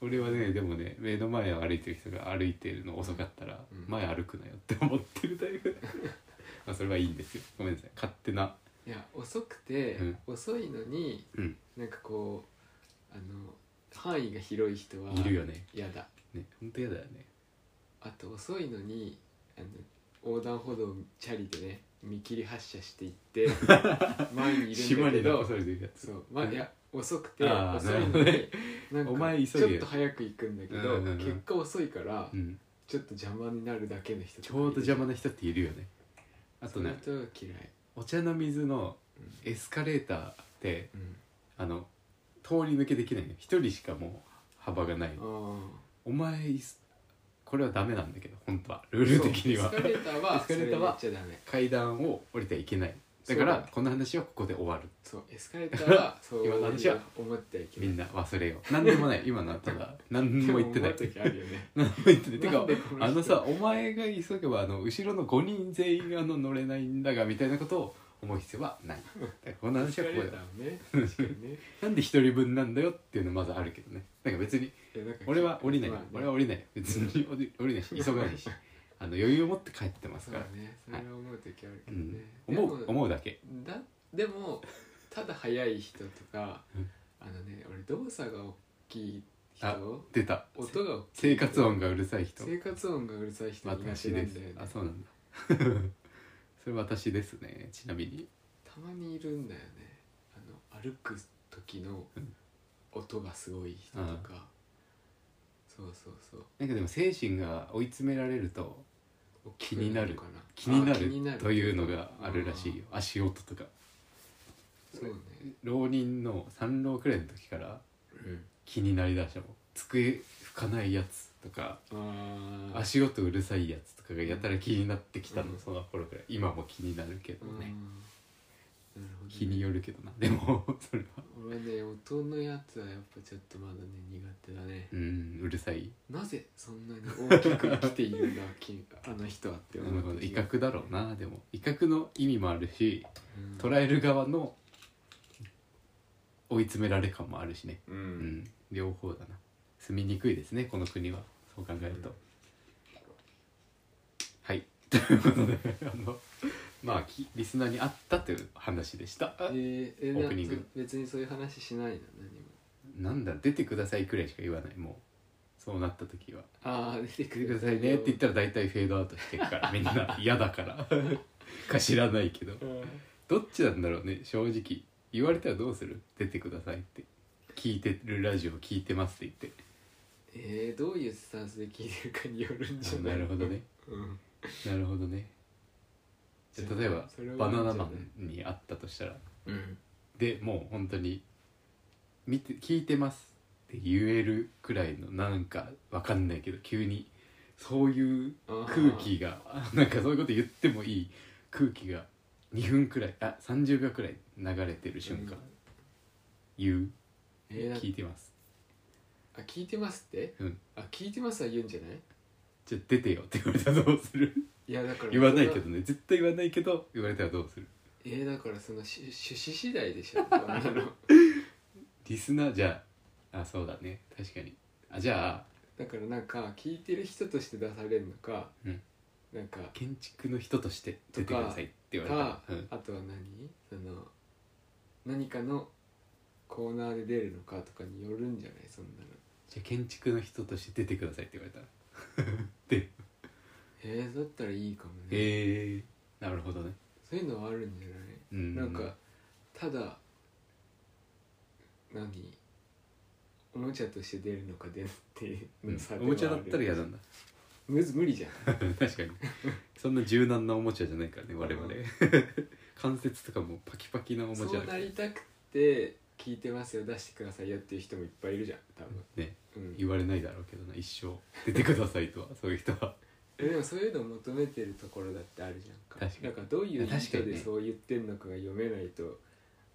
[SPEAKER 1] 俺はねでもね目の前を歩いてる人が歩いてるの遅かったら、
[SPEAKER 2] うん
[SPEAKER 1] 前歩くなよって思ってるタイ プだからまあそれはいいんですよごめんなさい勝手ない
[SPEAKER 2] や遅くて、
[SPEAKER 1] うん
[SPEAKER 2] 遅いのに、
[SPEAKER 1] うん
[SPEAKER 2] なんかこうあの範囲が広い人はい
[SPEAKER 1] るよね
[SPEAKER 2] 嫌だ
[SPEAKER 1] ね本当嫌だよね
[SPEAKER 2] あと遅いのにあの横断歩道をチャリでね見切り発車していって 前にいるん
[SPEAKER 1] 島
[SPEAKER 2] だけ
[SPEAKER 1] に残
[SPEAKER 2] ど
[SPEAKER 1] されてるやつ
[SPEAKER 2] そう、まあ、
[SPEAKER 1] うん
[SPEAKER 2] いや遅くて
[SPEAKER 1] あー
[SPEAKER 2] 遅いの
[SPEAKER 1] な
[SPEAKER 2] に
[SPEAKER 1] る
[SPEAKER 2] なんか
[SPEAKER 1] お前急
[SPEAKER 2] ち
[SPEAKER 1] げよ
[SPEAKER 2] ょっと早く行くんだけど、
[SPEAKER 1] うんうんうん
[SPEAKER 2] 結果遅いから、
[SPEAKER 1] うん
[SPEAKER 2] ちょっと邪魔になるだけの人
[SPEAKER 1] ちょうど邪魔
[SPEAKER 2] な
[SPEAKER 1] な人っているよねあと
[SPEAKER 2] 人ね
[SPEAKER 1] ね
[SPEAKER 2] その人が嫌い、
[SPEAKER 1] お茶の水の
[SPEAKER 2] うん
[SPEAKER 1] エスカレーターって
[SPEAKER 2] うん
[SPEAKER 1] あの通り抜けできないの一人しかもう幅がない
[SPEAKER 2] あー
[SPEAKER 1] お前いすこれはダメなんだけど本当はルール的には
[SPEAKER 2] そうエスカレーターは
[SPEAKER 1] エスカレーターは
[SPEAKER 2] それ言っちゃダメ
[SPEAKER 1] 階段を降りてはいけないだか
[SPEAKER 2] そう
[SPEAKER 1] ら
[SPEAKER 2] だ
[SPEAKER 1] この話はここで終わる
[SPEAKER 2] そうエスカレーターはそう
[SPEAKER 1] 今の話は
[SPEAKER 2] 思ってはいけな
[SPEAKER 1] み
[SPEAKER 2] い
[SPEAKER 1] んな忘れよう何でも ない今のはただ何も言ってない
[SPEAKER 2] でも思う時ある よね
[SPEAKER 1] 何も言ってないて
[SPEAKER 2] な
[SPEAKER 1] か
[SPEAKER 2] んでこの人
[SPEAKER 1] あのさお前が急げばあの後ろの5人全員あの乗れないんだがみたいなことを思う必要はないだからこの
[SPEAKER 2] エ
[SPEAKER 1] 話
[SPEAKER 2] スカ
[SPEAKER 1] は
[SPEAKER 2] レ
[SPEAKER 1] ここ
[SPEAKER 2] ー
[SPEAKER 1] で
[SPEAKER 2] ターはね確かにね
[SPEAKER 1] なんで一人分なんだよっていうのまずあるけどねなんか別に
[SPEAKER 2] いやなんか
[SPEAKER 1] 俺は降りない、
[SPEAKER 2] まあね
[SPEAKER 1] 俺は降りない別に降り降りないし急がないしあの余裕を持って帰ってます
[SPEAKER 2] そう
[SPEAKER 1] から
[SPEAKER 2] だねそれは思う時あるけ
[SPEAKER 1] う
[SPEAKER 2] どね
[SPEAKER 1] ん、思う
[SPEAKER 2] でも
[SPEAKER 1] 思うだけ
[SPEAKER 2] だでもただ速い人とか
[SPEAKER 1] うん
[SPEAKER 2] あのね俺動作が大きい
[SPEAKER 1] あ
[SPEAKER 2] 人
[SPEAKER 1] 出た
[SPEAKER 2] 音が大きい
[SPEAKER 1] 生活音がうるさい人
[SPEAKER 2] 生活音がうるさい人苦手
[SPEAKER 1] 私
[SPEAKER 2] な
[SPEAKER 1] で
[SPEAKER 2] ん
[SPEAKER 1] す
[SPEAKER 2] だよね
[SPEAKER 1] あそうなんだ それ私ですねちなみに
[SPEAKER 2] たまにいるんだよねあの歩く時の音がすごい人とか、そうそうそう
[SPEAKER 1] なんかでも精神が追い詰められると
[SPEAKER 2] 大
[SPEAKER 1] 気になる
[SPEAKER 2] きくのか
[SPEAKER 1] 気にな
[SPEAKER 2] あ
[SPEAKER 1] る
[SPEAKER 2] ー
[SPEAKER 1] というのがあるらしいよ足音とか
[SPEAKER 2] あーそうね、
[SPEAKER 1] 浪人の三浪くらいの時から気になりだしたもん机拭かないやつとか
[SPEAKER 2] ああ
[SPEAKER 1] 足音うるさいやつとかがやたら気になってきたの、
[SPEAKER 2] うん
[SPEAKER 1] その頃から今も気になるけどね、
[SPEAKER 2] なるほど、ね、
[SPEAKER 1] 気によるけどな でもそれは
[SPEAKER 2] 俺ね音のやつはやっぱちょっとまだね苦手だね
[SPEAKER 1] うんうるさい
[SPEAKER 2] なぜそんなに大きく生きているんだ 君あの人はって
[SPEAKER 1] な
[SPEAKER 2] 思
[SPEAKER 1] る
[SPEAKER 2] っ
[SPEAKER 1] ほど
[SPEAKER 2] て
[SPEAKER 1] 威嚇だろうなでも威嚇の意味もあるし
[SPEAKER 2] うん
[SPEAKER 1] 捉える側の追い詰められ感もあるしね
[SPEAKER 2] うん、
[SPEAKER 1] うん両方だな住みにくいですねこの国はそう考えると、
[SPEAKER 2] うん
[SPEAKER 1] はい ということであのまあきリスナーに会ったという話でした
[SPEAKER 2] えーえ
[SPEAKER 1] オープニング
[SPEAKER 2] な別にそういう話しないの何も
[SPEAKER 1] なんだ出てくださいくらいしか言わないもうそうなった時は
[SPEAKER 2] ああ出
[SPEAKER 1] 「
[SPEAKER 2] てく
[SPEAKER 1] 出てくださいね」って言ったら大体フェードアウトしてるからみんな嫌だから か知らないけどどっちなんだろうね正直言われたらどうする出てくださいって聞いてるラジオ聞いてますって言って
[SPEAKER 2] えー、どういうスタンスで聞いてるかによるんじゃ
[SPEAKER 1] あ
[SPEAKER 2] ない
[SPEAKER 1] なるほどね、
[SPEAKER 2] うん、
[SPEAKER 1] なるほどねじゃあ例えば
[SPEAKER 2] それは
[SPEAKER 1] バナナマンに会ったとしたら
[SPEAKER 2] うん
[SPEAKER 1] でもう本当に見て聞いてますって言えるくらいのなんかわかんないけど急にそういう空気がなんかそういうこと言ってもいい空気が2分くらいあ30秒くらい流れてる瞬間、言う、
[SPEAKER 2] えーだ
[SPEAKER 1] 聞いてます
[SPEAKER 2] あ聞いてますって、
[SPEAKER 1] うん
[SPEAKER 2] あ聞いてますは言うんじゃない
[SPEAKER 1] じゃあ出てよって言われたらどうす る
[SPEAKER 2] いやだから
[SPEAKER 1] 言わないけ
[SPEAKER 2] そ
[SPEAKER 1] どね絶対言わないけど言われたらどうする
[SPEAKER 2] のえー、だからそのし趣旨次第で しょこんなの
[SPEAKER 1] リスナーじゃああそうだね確かにあじゃあ
[SPEAKER 2] だからなんか聞いてる人として出されるのか、
[SPEAKER 1] うん
[SPEAKER 2] なんか
[SPEAKER 1] 建築の人として出てくださいって言われたら
[SPEAKER 2] か、
[SPEAKER 1] うん、
[SPEAKER 2] あとは何その何かのコーナーで出るのかとかによるんじゃないそんなの
[SPEAKER 1] じゃあ建築の人として出てくださいって言われたらで
[SPEAKER 2] えー、だったらいいかもね、
[SPEAKER 1] へえなるほどね
[SPEAKER 2] そういうのはあるんじゃない、
[SPEAKER 1] うん
[SPEAKER 2] なんかただ何おもちゃとして出るのか出るっていう
[SPEAKER 1] う
[SPEAKER 2] の
[SPEAKER 1] ん
[SPEAKER 2] 差で
[SPEAKER 1] お
[SPEAKER 2] は
[SPEAKER 1] もちゃだったら嫌
[SPEAKER 2] あ
[SPEAKER 1] な
[SPEAKER 2] る
[SPEAKER 1] んだ
[SPEAKER 2] むず無理じゃん
[SPEAKER 1] 確かにそんな柔軟なおもちゃじゃないからね我々 関節とかもパキパキなおもちゃ
[SPEAKER 2] そ
[SPEAKER 1] だ
[SPEAKER 2] う
[SPEAKER 1] か
[SPEAKER 2] な
[SPEAKER 1] ら
[SPEAKER 2] りたくて聞いてますよ出してくださいよっていう人もいっぱいいるじゃん多分、
[SPEAKER 1] ね
[SPEAKER 2] うん、
[SPEAKER 1] 言われないだろうけどな一生出てくださいとはそういう人は
[SPEAKER 2] えでもそういうのを求めてるところだってあるじゃんか
[SPEAKER 1] 確かに
[SPEAKER 2] なんかどういう意
[SPEAKER 1] 確か
[SPEAKER 2] 図
[SPEAKER 1] にね
[SPEAKER 2] でそう言ってんのかが読めないと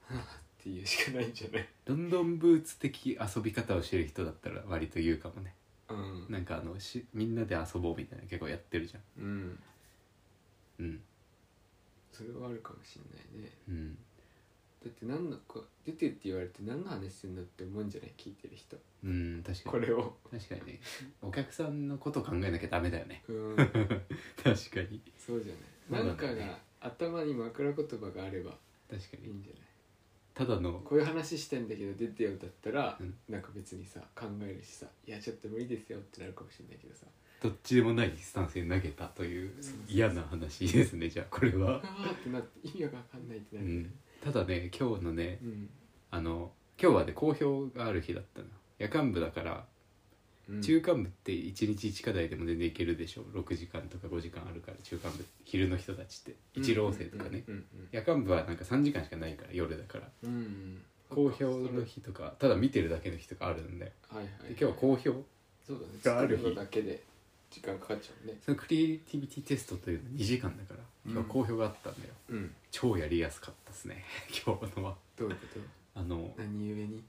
[SPEAKER 2] はぁっていうしかないんじゃない
[SPEAKER 1] ロンドンブーツ的遊び方をしてる人だったら割と言うかもね
[SPEAKER 2] うん、
[SPEAKER 1] なんかあのしみんなで遊ぼうみたいな結構やってるじゃ
[SPEAKER 2] うん、
[SPEAKER 1] んうん
[SPEAKER 2] それはあるかもしんないね
[SPEAKER 1] うん
[SPEAKER 2] だって何のこ出てって言われて何の話してんのって思うんじゃない聞いてる人
[SPEAKER 1] うん確
[SPEAKER 2] こ
[SPEAKER 1] かに
[SPEAKER 2] れを
[SPEAKER 1] 確かにねお客さんのことを考えなきゃダメだよね
[SPEAKER 2] うん
[SPEAKER 1] 確かに
[SPEAKER 2] そうじゃ
[SPEAKER 1] そう
[SPEAKER 2] ない
[SPEAKER 1] な
[SPEAKER 2] な
[SPEAKER 1] んんだ
[SPEAKER 2] か
[SPEAKER 1] よね
[SPEAKER 2] が頭に枕言葉があれば
[SPEAKER 1] 確か
[SPEAKER 2] いい
[SPEAKER 1] に
[SPEAKER 2] んじゃない
[SPEAKER 1] ただの
[SPEAKER 2] こういう話してんだけど出てよだったら、
[SPEAKER 1] うん
[SPEAKER 2] なんか別にさ考えるしさいやちょっと無理ですよってなるかもしれないけどさ
[SPEAKER 1] どっちでもないスタンスに投げたという
[SPEAKER 2] そうそうそう
[SPEAKER 1] 嫌な話ですねじゃあこれは
[SPEAKER 2] あ、ーってなって意味が分かんないって
[SPEAKER 1] う
[SPEAKER 2] なるよね
[SPEAKER 1] ん、ただね今日のね
[SPEAKER 2] うん
[SPEAKER 1] あの今日はね好評がある日だったの夜間部だから
[SPEAKER 2] うん
[SPEAKER 1] 中間部って1日1課題でも全然いけるでしょ6時間とか5時間あるから中間部昼の人たちって一浪生とかね、
[SPEAKER 2] うん
[SPEAKER 1] 夜間部はなんか3時間しかないから夜だから
[SPEAKER 2] うんうんうん
[SPEAKER 1] 好評の日とかただ見てるだけの日とかあるんだよ
[SPEAKER 2] はいは
[SPEAKER 1] で
[SPEAKER 2] い
[SPEAKER 1] 今日は好評
[SPEAKER 2] そうだね
[SPEAKER 1] がある日
[SPEAKER 2] 作のだけで時間かかっちゃうね
[SPEAKER 1] そのクリエイティビティテストというの2時間だから今日は好評があったんだよ、
[SPEAKER 2] うん
[SPEAKER 1] 超やりやすかったですね 今日のは
[SPEAKER 2] どういうこと
[SPEAKER 1] あの
[SPEAKER 2] 何故に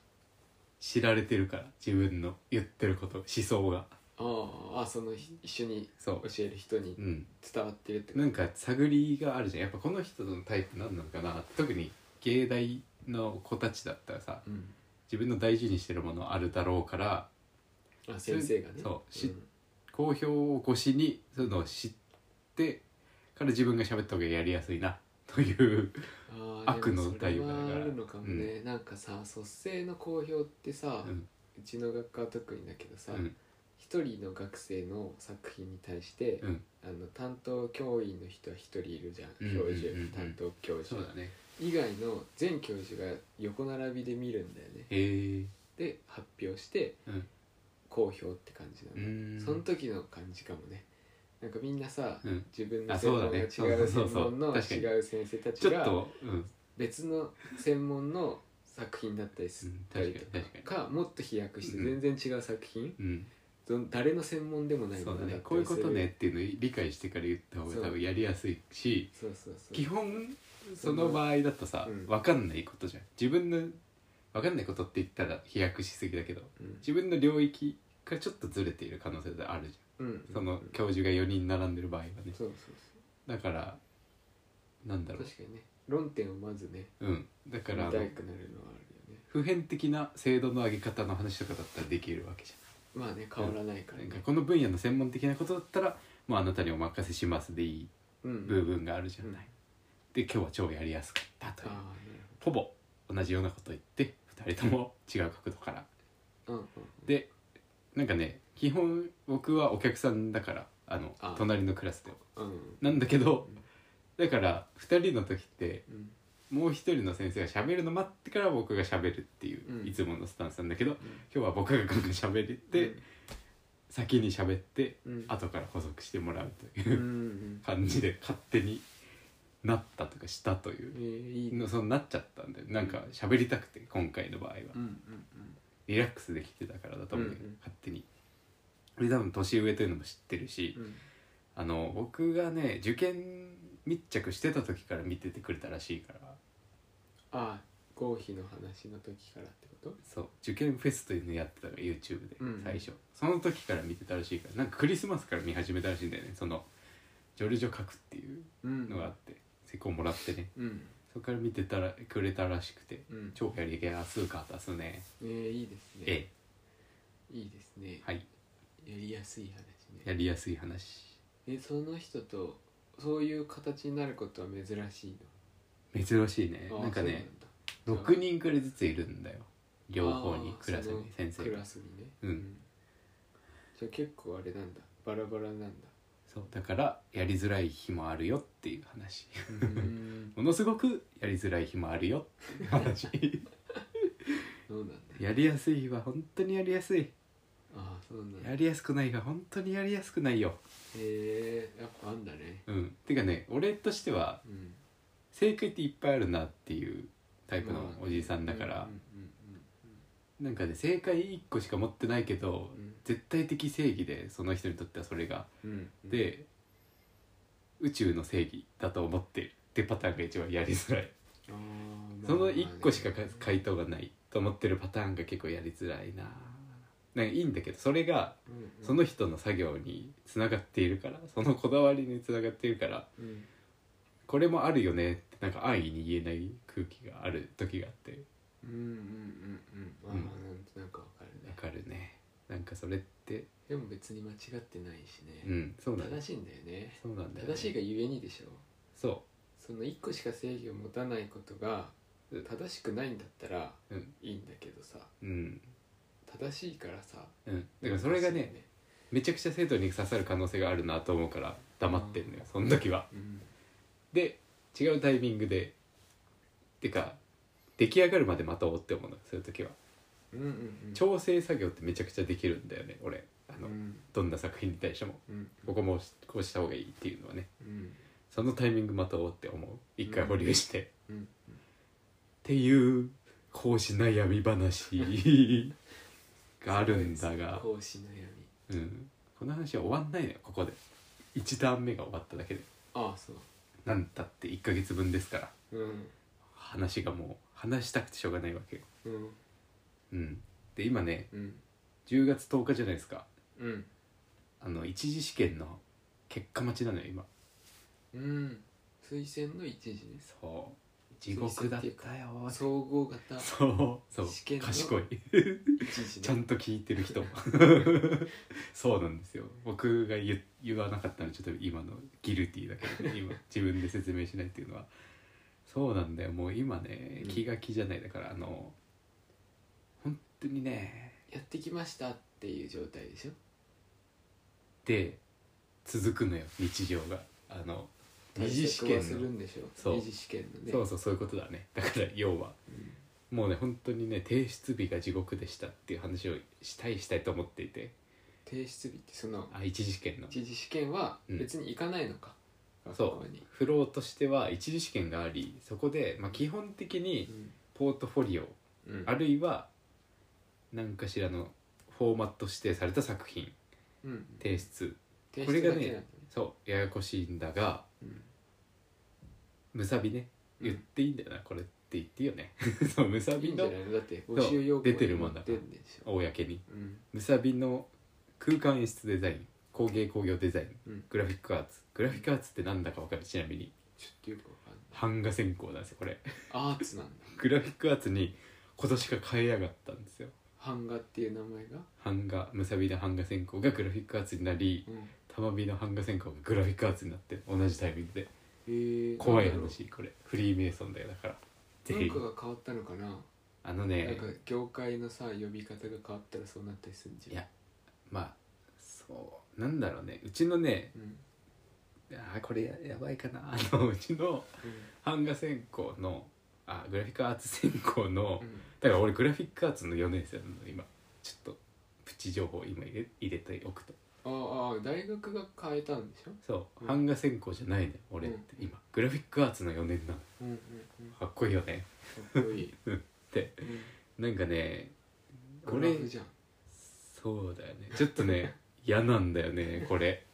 [SPEAKER 1] 知られてるから自分の言ってること思想が
[SPEAKER 2] あああそのひ一緒に
[SPEAKER 1] そ
[SPEAKER 2] 教える人に
[SPEAKER 1] ううん
[SPEAKER 2] 伝わってるってこ
[SPEAKER 1] なんか探りがあるじゃんやっぱこの人のタイプ何なのかな特に芸大の子たちだったらさ
[SPEAKER 2] とうん
[SPEAKER 1] 自分の大事にしてるものあるだろうから
[SPEAKER 2] あ先生がね
[SPEAKER 1] そうし
[SPEAKER 2] ん
[SPEAKER 1] 好評を越しにそういうのを知ってから自分が喋った方がやりやすいなという
[SPEAKER 2] あー
[SPEAKER 1] 悪の
[SPEAKER 2] でもそ
[SPEAKER 1] 歌い
[SPEAKER 2] れはあ
[SPEAKER 1] が
[SPEAKER 2] るのかもねなんかさ卒生の公表ってさ
[SPEAKER 1] うん
[SPEAKER 2] うちの学科は特にだけど
[SPEAKER 1] う
[SPEAKER 2] さ
[SPEAKER 1] ん
[SPEAKER 2] 一人の学生の作品に対して
[SPEAKER 1] うん
[SPEAKER 2] あの担当教員の人は一人いるじゃん
[SPEAKER 1] うんうんうん
[SPEAKER 2] 教
[SPEAKER 1] うん
[SPEAKER 2] 授担当教
[SPEAKER 1] そう
[SPEAKER 2] 授
[SPEAKER 1] だね
[SPEAKER 2] 以外の全教授が横並びで見るんだよね
[SPEAKER 1] へえ
[SPEAKER 2] で発表して
[SPEAKER 1] うん
[SPEAKER 2] 公表って感じな
[SPEAKER 1] う
[SPEAKER 2] の
[SPEAKER 1] ーん
[SPEAKER 2] その時の感じかもねなんかみんなさ
[SPEAKER 1] うん
[SPEAKER 2] 自分の
[SPEAKER 1] あ
[SPEAKER 2] 専
[SPEAKER 1] そう
[SPEAKER 2] 門
[SPEAKER 1] だね
[SPEAKER 2] が違う専
[SPEAKER 1] そうそ
[SPEAKER 2] 門
[SPEAKER 1] うそう
[SPEAKER 2] の
[SPEAKER 1] 確かに
[SPEAKER 2] 違う先生た
[SPEAKER 1] ち
[SPEAKER 2] ち
[SPEAKER 1] ょっ
[SPEAKER 2] が
[SPEAKER 1] とうん
[SPEAKER 2] 別の専門の作品だったりする
[SPEAKER 1] うん確かに確
[SPEAKER 2] かもっと飛躍して全然違う作品、
[SPEAKER 1] うん
[SPEAKER 2] どん誰の専門でもないも
[SPEAKER 1] そうだ
[SPEAKER 2] の
[SPEAKER 1] ね
[SPEAKER 2] った
[SPEAKER 1] こういう
[SPEAKER 2] りす
[SPEAKER 1] こ
[SPEAKER 2] る
[SPEAKER 1] とねっていうのを理解してから言った方が多分やりやすいし
[SPEAKER 2] そうそうそう
[SPEAKER 1] 基本その場合だとさ
[SPEAKER 2] うん
[SPEAKER 1] 分かんないことじゃん自分の分かんないことって言ったら飛躍しすぎだけど
[SPEAKER 2] うん
[SPEAKER 1] 自分の領域がちょっとずれている可能性があるじ
[SPEAKER 2] うん
[SPEAKER 1] ゃんその
[SPEAKER 2] うん
[SPEAKER 1] 教授が4人並んでる場合はね
[SPEAKER 2] そうそう
[SPEAKER 1] だからなんだ
[SPEAKER 2] そう
[SPEAKER 1] ろう
[SPEAKER 2] 確かにね論点をまずね
[SPEAKER 1] うんだか
[SPEAKER 2] 見
[SPEAKER 1] ら
[SPEAKER 2] た
[SPEAKER 1] あ
[SPEAKER 2] く
[SPEAKER 1] の
[SPEAKER 2] なるのはあるよね
[SPEAKER 1] 普遍的な精度の上げ方の話とかだったらできるわけじ
[SPEAKER 2] まあね変わらないか
[SPEAKER 1] ゃん
[SPEAKER 2] ら
[SPEAKER 1] な
[SPEAKER 2] ね
[SPEAKER 1] んかこの分野の専門的なことだったらもうあなたにお任せしますでいい
[SPEAKER 2] うんうん
[SPEAKER 1] 部分があるじゃない、
[SPEAKER 2] うん
[SPEAKER 1] で今日は超やりやすかった
[SPEAKER 2] あ
[SPEAKER 1] と
[SPEAKER 2] あ
[SPEAKER 1] いう
[SPEAKER 2] なる
[SPEAKER 1] ほぼ同じようなこと言って2人とも違う角度から
[SPEAKER 2] ほどうんうんうん
[SPEAKER 1] でなんかね基本僕はお客さんだからあの
[SPEAKER 2] あ
[SPEAKER 1] 隣のクラスで
[SPEAKER 2] うん
[SPEAKER 1] なんだけどだから2人の時って
[SPEAKER 2] うん
[SPEAKER 1] もう一人の先生が喋るの待ってから僕が喋るっていう、
[SPEAKER 2] うん
[SPEAKER 1] いつものスタンスなんだけど今日は僕がガンガン喋って、先に喋って
[SPEAKER 2] うんうん
[SPEAKER 1] 後から補足してもらうと
[SPEAKER 2] う
[SPEAKER 1] いう
[SPEAKER 2] んうん
[SPEAKER 1] 感じで勝手になったとかしたとい
[SPEAKER 2] え
[SPEAKER 1] う
[SPEAKER 2] ー、いいね
[SPEAKER 1] のそうなっちゃったんでなんか喋りたくて今回の場合は
[SPEAKER 2] うんうん
[SPEAKER 1] リラックスできてたからだと思うよ、
[SPEAKER 2] うんうん
[SPEAKER 1] 勝手にで多分年上というのも知ってるし、
[SPEAKER 2] うん
[SPEAKER 1] あの僕がね受験密着してた時から見ててくれたらしいから
[SPEAKER 2] ああ合否の話の時からってこと
[SPEAKER 1] そう受験フェスというのやってたから YouTube で
[SPEAKER 2] うん
[SPEAKER 1] 最初、その時から見てたらしいからなんかクリスマスから見始めたらしいんだよねそのジョルジョ書くっていう
[SPEAKER 2] うん
[SPEAKER 1] のがあって成功もらってね
[SPEAKER 2] うん
[SPEAKER 1] そこから見てたらくれたらしくて
[SPEAKER 2] うん
[SPEAKER 1] 超やりやすかったっすね
[SPEAKER 2] えー、いいですね
[SPEAKER 1] え
[SPEAKER 2] いいですね
[SPEAKER 1] えはい
[SPEAKER 2] やりやすい話
[SPEAKER 1] や
[SPEAKER 2] ね
[SPEAKER 1] りやすい話
[SPEAKER 2] えその人とそういう形になることは珍しい
[SPEAKER 1] 珍しいね
[SPEAKER 2] のああ
[SPEAKER 1] なんかね
[SPEAKER 2] そうなんだ
[SPEAKER 1] 6人くらいずついるんだよ両方に
[SPEAKER 2] ああ
[SPEAKER 1] クラス
[SPEAKER 2] その
[SPEAKER 1] に先生
[SPEAKER 2] ク
[SPEAKER 1] が
[SPEAKER 2] ラスにね
[SPEAKER 1] うん
[SPEAKER 2] じゃあ結構あれなんだバラバラな んだ
[SPEAKER 1] そうだからやりづらい日もあるよっていう話
[SPEAKER 2] うーん
[SPEAKER 1] ものすごくやりづらい日もあるよっていう話
[SPEAKER 2] そうなんだ
[SPEAKER 1] やりやすい日は本当にやりやすい
[SPEAKER 2] ああそうなんだ
[SPEAKER 1] や
[SPEAKER 2] へ
[SPEAKER 1] りやすくない日は本当にやりやすくないよ
[SPEAKER 2] えやっぱあんだね
[SPEAKER 1] うんてかね俺としては
[SPEAKER 2] うん
[SPEAKER 1] 正解っていっぱいあるなっていうタイプの
[SPEAKER 2] まあ
[SPEAKER 1] おじいさんだから
[SPEAKER 2] うんうん
[SPEAKER 1] なんかね正解1個しか持ってないけど
[SPEAKER 2] うん
[SPEAKER 1] 絶対的正義でその人にとってはそれが
[SPEAKER 2] うんうんうん
[SPEAKER 1] で宇宙の正義だと思ってるってパターンが一番やりづらい
[SPEAKER 2] あーまあ
[SPEAKER 1] その1個しか
[SPEAKER 2] まあね
[SPEAKER 1] 回答がないと思ってるパターンが結構やりづらいななんかいいんだけどそれが
[SPEAKER 2] うんうん
[SPEAKER 1] その人の作業につながっているからそのこだわりにつながっているから
[SPEAKER 2] うん
[SPEAKER 1] これもあるよねってなんか安易に言えない空気がある時があって
[SPEAKER 2] うんうんうんうんああ
[SPEAKER 1] うん
[SPEAKER 2] なんなんかわかる
[SPEAKER 1] わ
[SPEAKER 2] ね
[SPEAKER 1] かるねなんかそれって
[SPEAKER 2] でも別に間違ってないし
[SPEAKER 1] う
[SPEAKER 2] ね
[SPEAKER 1] んそうなんだ
[SPEAKER 2] 正しいんだよね
[SPEAKER 1] そうなんだよね
[SPEAKER 2] 正しいがゆえにでしょ
[SPEAKER 1] そ
[SPEAKER 2] その1個しか正義を持たないことが
[SPEAKER 1] うん
[SPEAKER 2] 正しくないんだったら
[SPEAKER 1] うん
[SPEAKER 2] いいんだけどさ
[SPEAKER 1] ううん
[SPEAKER 2] 正しいからさ
[SPEAKER 1] うんだからそれがねめちゃくちゃ生徒に刺さる可能性があるなと思うから黙ってんのよその時は
[SPEAKER 2] 難しいよね
[SPEAKER 1] で違うタイミングでてか出来上がるまで待とうって思うのそういう時は
[SPEAKER 2] うんうんうんうん
[SPEAKER 1] 調整作業ってめちゃくちゃできるんだよね俺あ
[SPEAKER 2] う
[SPEAKER 1] の
[SPEAKER 2] ん
[SPEAKER 1] どんな作品に対しても
[SPEAKER 2] うん
[SPEAKER 1] ここもこうした方がいいっていうのはね
[SPEAKER 2] うん
[SPEAKER 1] そのタイミング待とうって思う一回保留して、っ
[SPEAKER 2] うん
[SPEAKER 1] ていう講師悩み 話があるんだが、
[SPEAKER 2] 講師悩み
[SPEAKER 1] うん、この話は終わんないのよここで1ターン目が終わっただけで
[SPEAKER 2] ああそう
[SPEAKER 1] なんたって1ヶ月分ですから
[SPEAKER 2] うん
[SPEAKER 1] 話がもう話したくてしょうがないわけよ
[SPEAKER 2] うん
[SPEAKER 1] うんで今ね
[SPEAKER 2] うん
[SPEAKER 1] 10月10日じゃないですか
[SPEAKER 2] うん
[SPEAKER 1] あの一次試験の結果待ちなのよ今
[SPEAKER 2] うん推薦の一時ね
[SPEAKER 1] そう地獄だったよ
[SPEAKER 2] 総合型
[SPEAKER 1] そうそう
[SPEAKER 2] 試験の
[SPEAKER 1] 賢い
[SPEAKER 2] 一時
[SPEAKER 1] ちゃ
[SPEAKER 2] ね
[SPEAKER 1] んと聞いてる 人そうなんですよ僕が言言わなかったのちょっと今のギルティーだけど、ね、今自分で説明しないっていうのはそうなんだよもう今ね
[SPEAKER 2] うん
[SPEAKER 1] 気が気じゃないだからあの本当にね
[SPEAKER 2] やってきましたっていう状態でしょ
[SPEAKER 1] で続くのよ日常があの二次試
[SPEAKER 2] 対
[SPEAKER 1] 験
[SPEAKER 2] 策はする
[SPEAKER 1] の
[SPEAKER 2] んでしょ
[SPEAKER 1] そう
[SPEAKER 2] 二次試験のね
[SPEAKER 1] そうそうそういうことだねだから要はもうね本当にね提出日が地獄でしたっていう話をしたいしたいと思っていて
[SPEAKER 2] 提出日ってその
[SPEAKER 1] あ一次試験の
[SPEAKER 2] 一次試験は別に行かないのか、
[SPEAKER 1] そ
[SPEAKER 2] 学校
[SPEAKER 1] う
[SPEAKER 2] に
[SPEAKER 1] フローとしては一次試験がありそこで、まあ、基本的にポートフォリオ
[SPEAKER 2] うん
[SPEAKER 1] あるいは何かしらのフォーマット指定された作品
[SPEAKER 2] うん
[SPEAKER 1] 提出
[SPEAKER 2] 提
[SPEAKER 1] これ
[SPEAKER 2] 出
[SPEAKER 1] が
[SPEAKER 2] だけなの
[SPEAKER 1] ねそうややこしいんだが
[SPEAKER 2] うん
[SPEAKER 1] むさびね
[SPEAKER 2] うん
[SPEAKER 1] 言っていいんだよな、これって言っていいよね そうむさ
[SPEAKER 2] いい
[SPEAKER 1] び
[SPEAKER 2] んじゃ
[SPEAKER 1] の
[SPEAKER 2] ないのだって募集要項
[SPEAKER 1] 出てるもんだから
[SPEAKER 2] 出んでしょ
[SPEAKER 1] 公に
[SPEAKER 2] うん
[SPEAKER 1] むさびの空間演出デザイン工芸工業デザイン
[SPEAKER 2] うん
[SPEAKER 1] グラフィックアーツグラフィックアーツってなんだかわかるちなみに
[SPEAKER 2] ちょっとよくわかんない
[SPEAKER 1] 版画専攻なんですよこれ
[SPEAKER 2] アーツなんだ
[SPEAKER 1] グラフィックアーツに今年が変えやがったんですよ
[SPEAKER 2] 版画っていう名前が
[SPEAKER 1] 版画むさびの版画専攻がグラフィックアーツになり
[SPEAKER 2] うん
[SPEAKER 1] たまびの版画専攻がグラフィックアーツになって同じタイミングで
[SPEAKER 2] えー
[SPEAKER 1] 怖い
[SPEAKER 2] なんだろ
[SPEAKER 1] 話これフリーメイソンだよだから
[SPEAKER 2] う
[SPEAKER 1] ぜひ
[SPEAKER 2] 文化が変わったのかな
[SPEAKER 1] あの
[SPEAKER 2] なん
[SPEAKER 1] ね
[SPEAKER 2] か業界のさ呼び方が変わったらそうなったりするんじゃん
[SPEAKER 1] いやまあそうなんだろうねうちのね
[SPEAKER 2] うん
[SPEAKER 1] あーこれややばいかなあのうちの版画専攻のあグラフィックアーツ専攻の
[SPEAKER 2] うん
[SPEAKER 1] だから俺グラフィックアーツの4年生なの今ちょっとプチ情報を今入れ入れておくと
[SPEAKER 2] ああ大学が変えたんでしょ
[SPEAKER 1] そう、
[SPEAKER 2] うん
[SPEAKER 1] 版画専攻じゃないね俺って、今グラフィックアーツの4年なの
[SPEAKER 2] うんうんうん
[SPEAKER 1] かっこいいよね
[SPEAKER 2] かっこいい、
[SPEAKER 1] って
[SPEAKER 2] うん、
[SPEAKER 1] なんかねこ
[SPEAKER 2] こ
[SPEAKER 1] れ
[SPEAKER 2] れじゃん
[SPEAKER 1] そうだよねちょっと ね嫌なんだよねこれ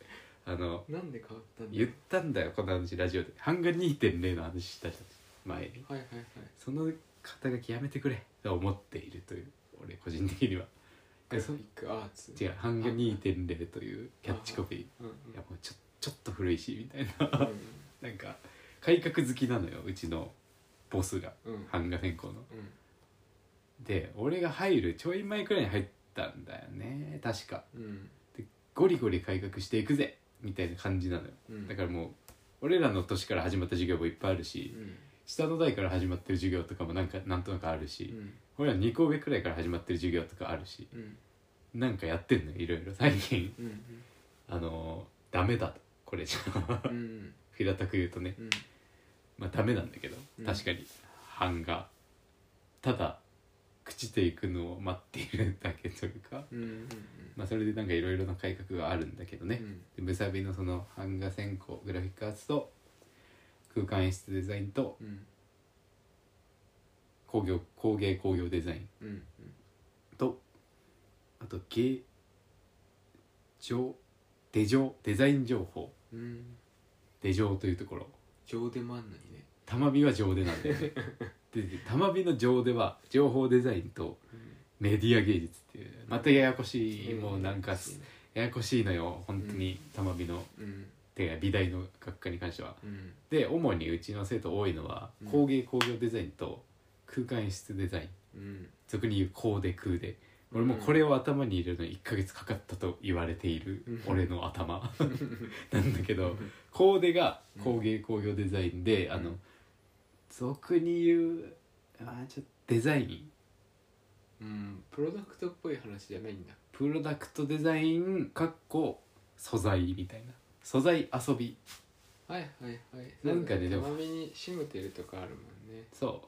[SPEAKER 1] あの
[SPEAKER 2] なんで変わったんだ
[SPEAKER 1] 言ったんだよこの話ラジオで版画2.0の話したじゃん前に
[SPEAKER 2] はいはいはい
[SPEAKER 1] その肩書きやめてくれと思っているという俺個人的には
[SPEAKER 2] グ
[SPEAKER 1] え
[SPEAKER 2] ラ
[SPEAKER 1] そ
[SPEAKER 2] フ
[SPEAKER 1] う
[SPEAKER 2] ィックアーツ
[SPEAKER 1] 違う版画2.0というキャッチコピーい
[SPEAKER 2] うんうん
[SPEAKER 1] やもうちょちょっと古いしみたいな
[SPEAKER 2] う
[SPEAKER 1] なんか改革好きなのようちのボスが
[SPEAKER 2] んうん
[SPEAKER 1] 版画専攻の
[SPEAKER 2] うん
[SPEAKER 1] で俺が入るちょい前くらいに入ったんだよね確か
[SPEAKER 2] うん
[SPEAKER 1] ゴリゴリ改革していくぜみたいな感じなのよ
[SPEAKER 2] うん
[SPEAKER 1] だからもう俺らの年から始まった授業もいっぱいあるし
[SPEAKER 2] うん
[SPEAKER 1] 下の代から始まってる授業とかもなんかなんとなくある
[SPEAKER 2] う
[SPEAKER 1] し
[SPEAKER 2] ん
[SPEAKER 1] 俺ら2個上くらいから始まってる授業とかあるし
[SPEAKER 2] うん
[SPEAKER 1] なんかやってんのよいろいろ最近
[SPEAKER 2] うん
[SPEAKER 1] あのーダメだとこれじゃ
[SPEAKER 2] うんうん
[SPEAKER 1] 平たく言うとね
[SPEAKER 2] うん
[SPEAKER 1] まあダメなんだけど
[SPEAKER 2] うん
[SPEAKER 1] 確かに版がただ朽ちていくのを待っているだけというか
[SPEAKER 2] うんうん
[SPEAKER 1] まあそれでなんかいろいろな改革があるんだけどね
[SPEAKER 2] うん
[SPEAKER 1] でムサビのその版画専攻グラフィックアーツと空間演出デザインと
[SPEAKER 2] うん
[SPEAKER 1] 工業工芸工業デザイン
[SPEAKER 2] うんうん
[SPEAKER 1] とあと芸情手情デザイン情報
[SPEAKER 2] うん
[SPEAKER 1] 手情というところ
[SPEAKER 2] 上手まんないね
[SPEAKER 1] 玉美は情でなんだよねで玉美の情では情報デザインとメディア芸術っていうまたややこしい、もうなんかすややこしいのよ本当に玉美の
[SPEAKER 2] うん
[SPEAKER 1] てか美大の学科に関しては
[SPEAKER 2] うん
[SPEAKER 1] で主にうちの生徒多いのは
[SPEAKER 2] うん
[SPEAKER 1] 工芸工業デザインと空間演出デザイン
[SPEAKER 2] うん
[SPEAKER 1] 俗に言う工で空で俺もこれを頭に入れるのに1ヶ月かかったと言われている
[SPEAKER 2] うん
[SPEAKER 1] 俺の 頭なんだけどコーデが工芸工業デザインで、
[SPEAKER 2] ん
[SPEAKER 1] あの俗に言うあーちょっとデザイン
[SPEAKER 2] うんプロダクトっぽい話じゃないんだ
[SPEAKER 1] プロダクトデザインかっこ素材みたいな素材遊び
[SPEAKER 2] はいはいはい
[SPEAKER 1] なんかねで
[SPEAKER 2] で
[SPEAKER 1] も
[SPEAKER 2] もまめにシムテルとかあるもんね
[SPEAKER 1] そう
[SPEAKER 2] こ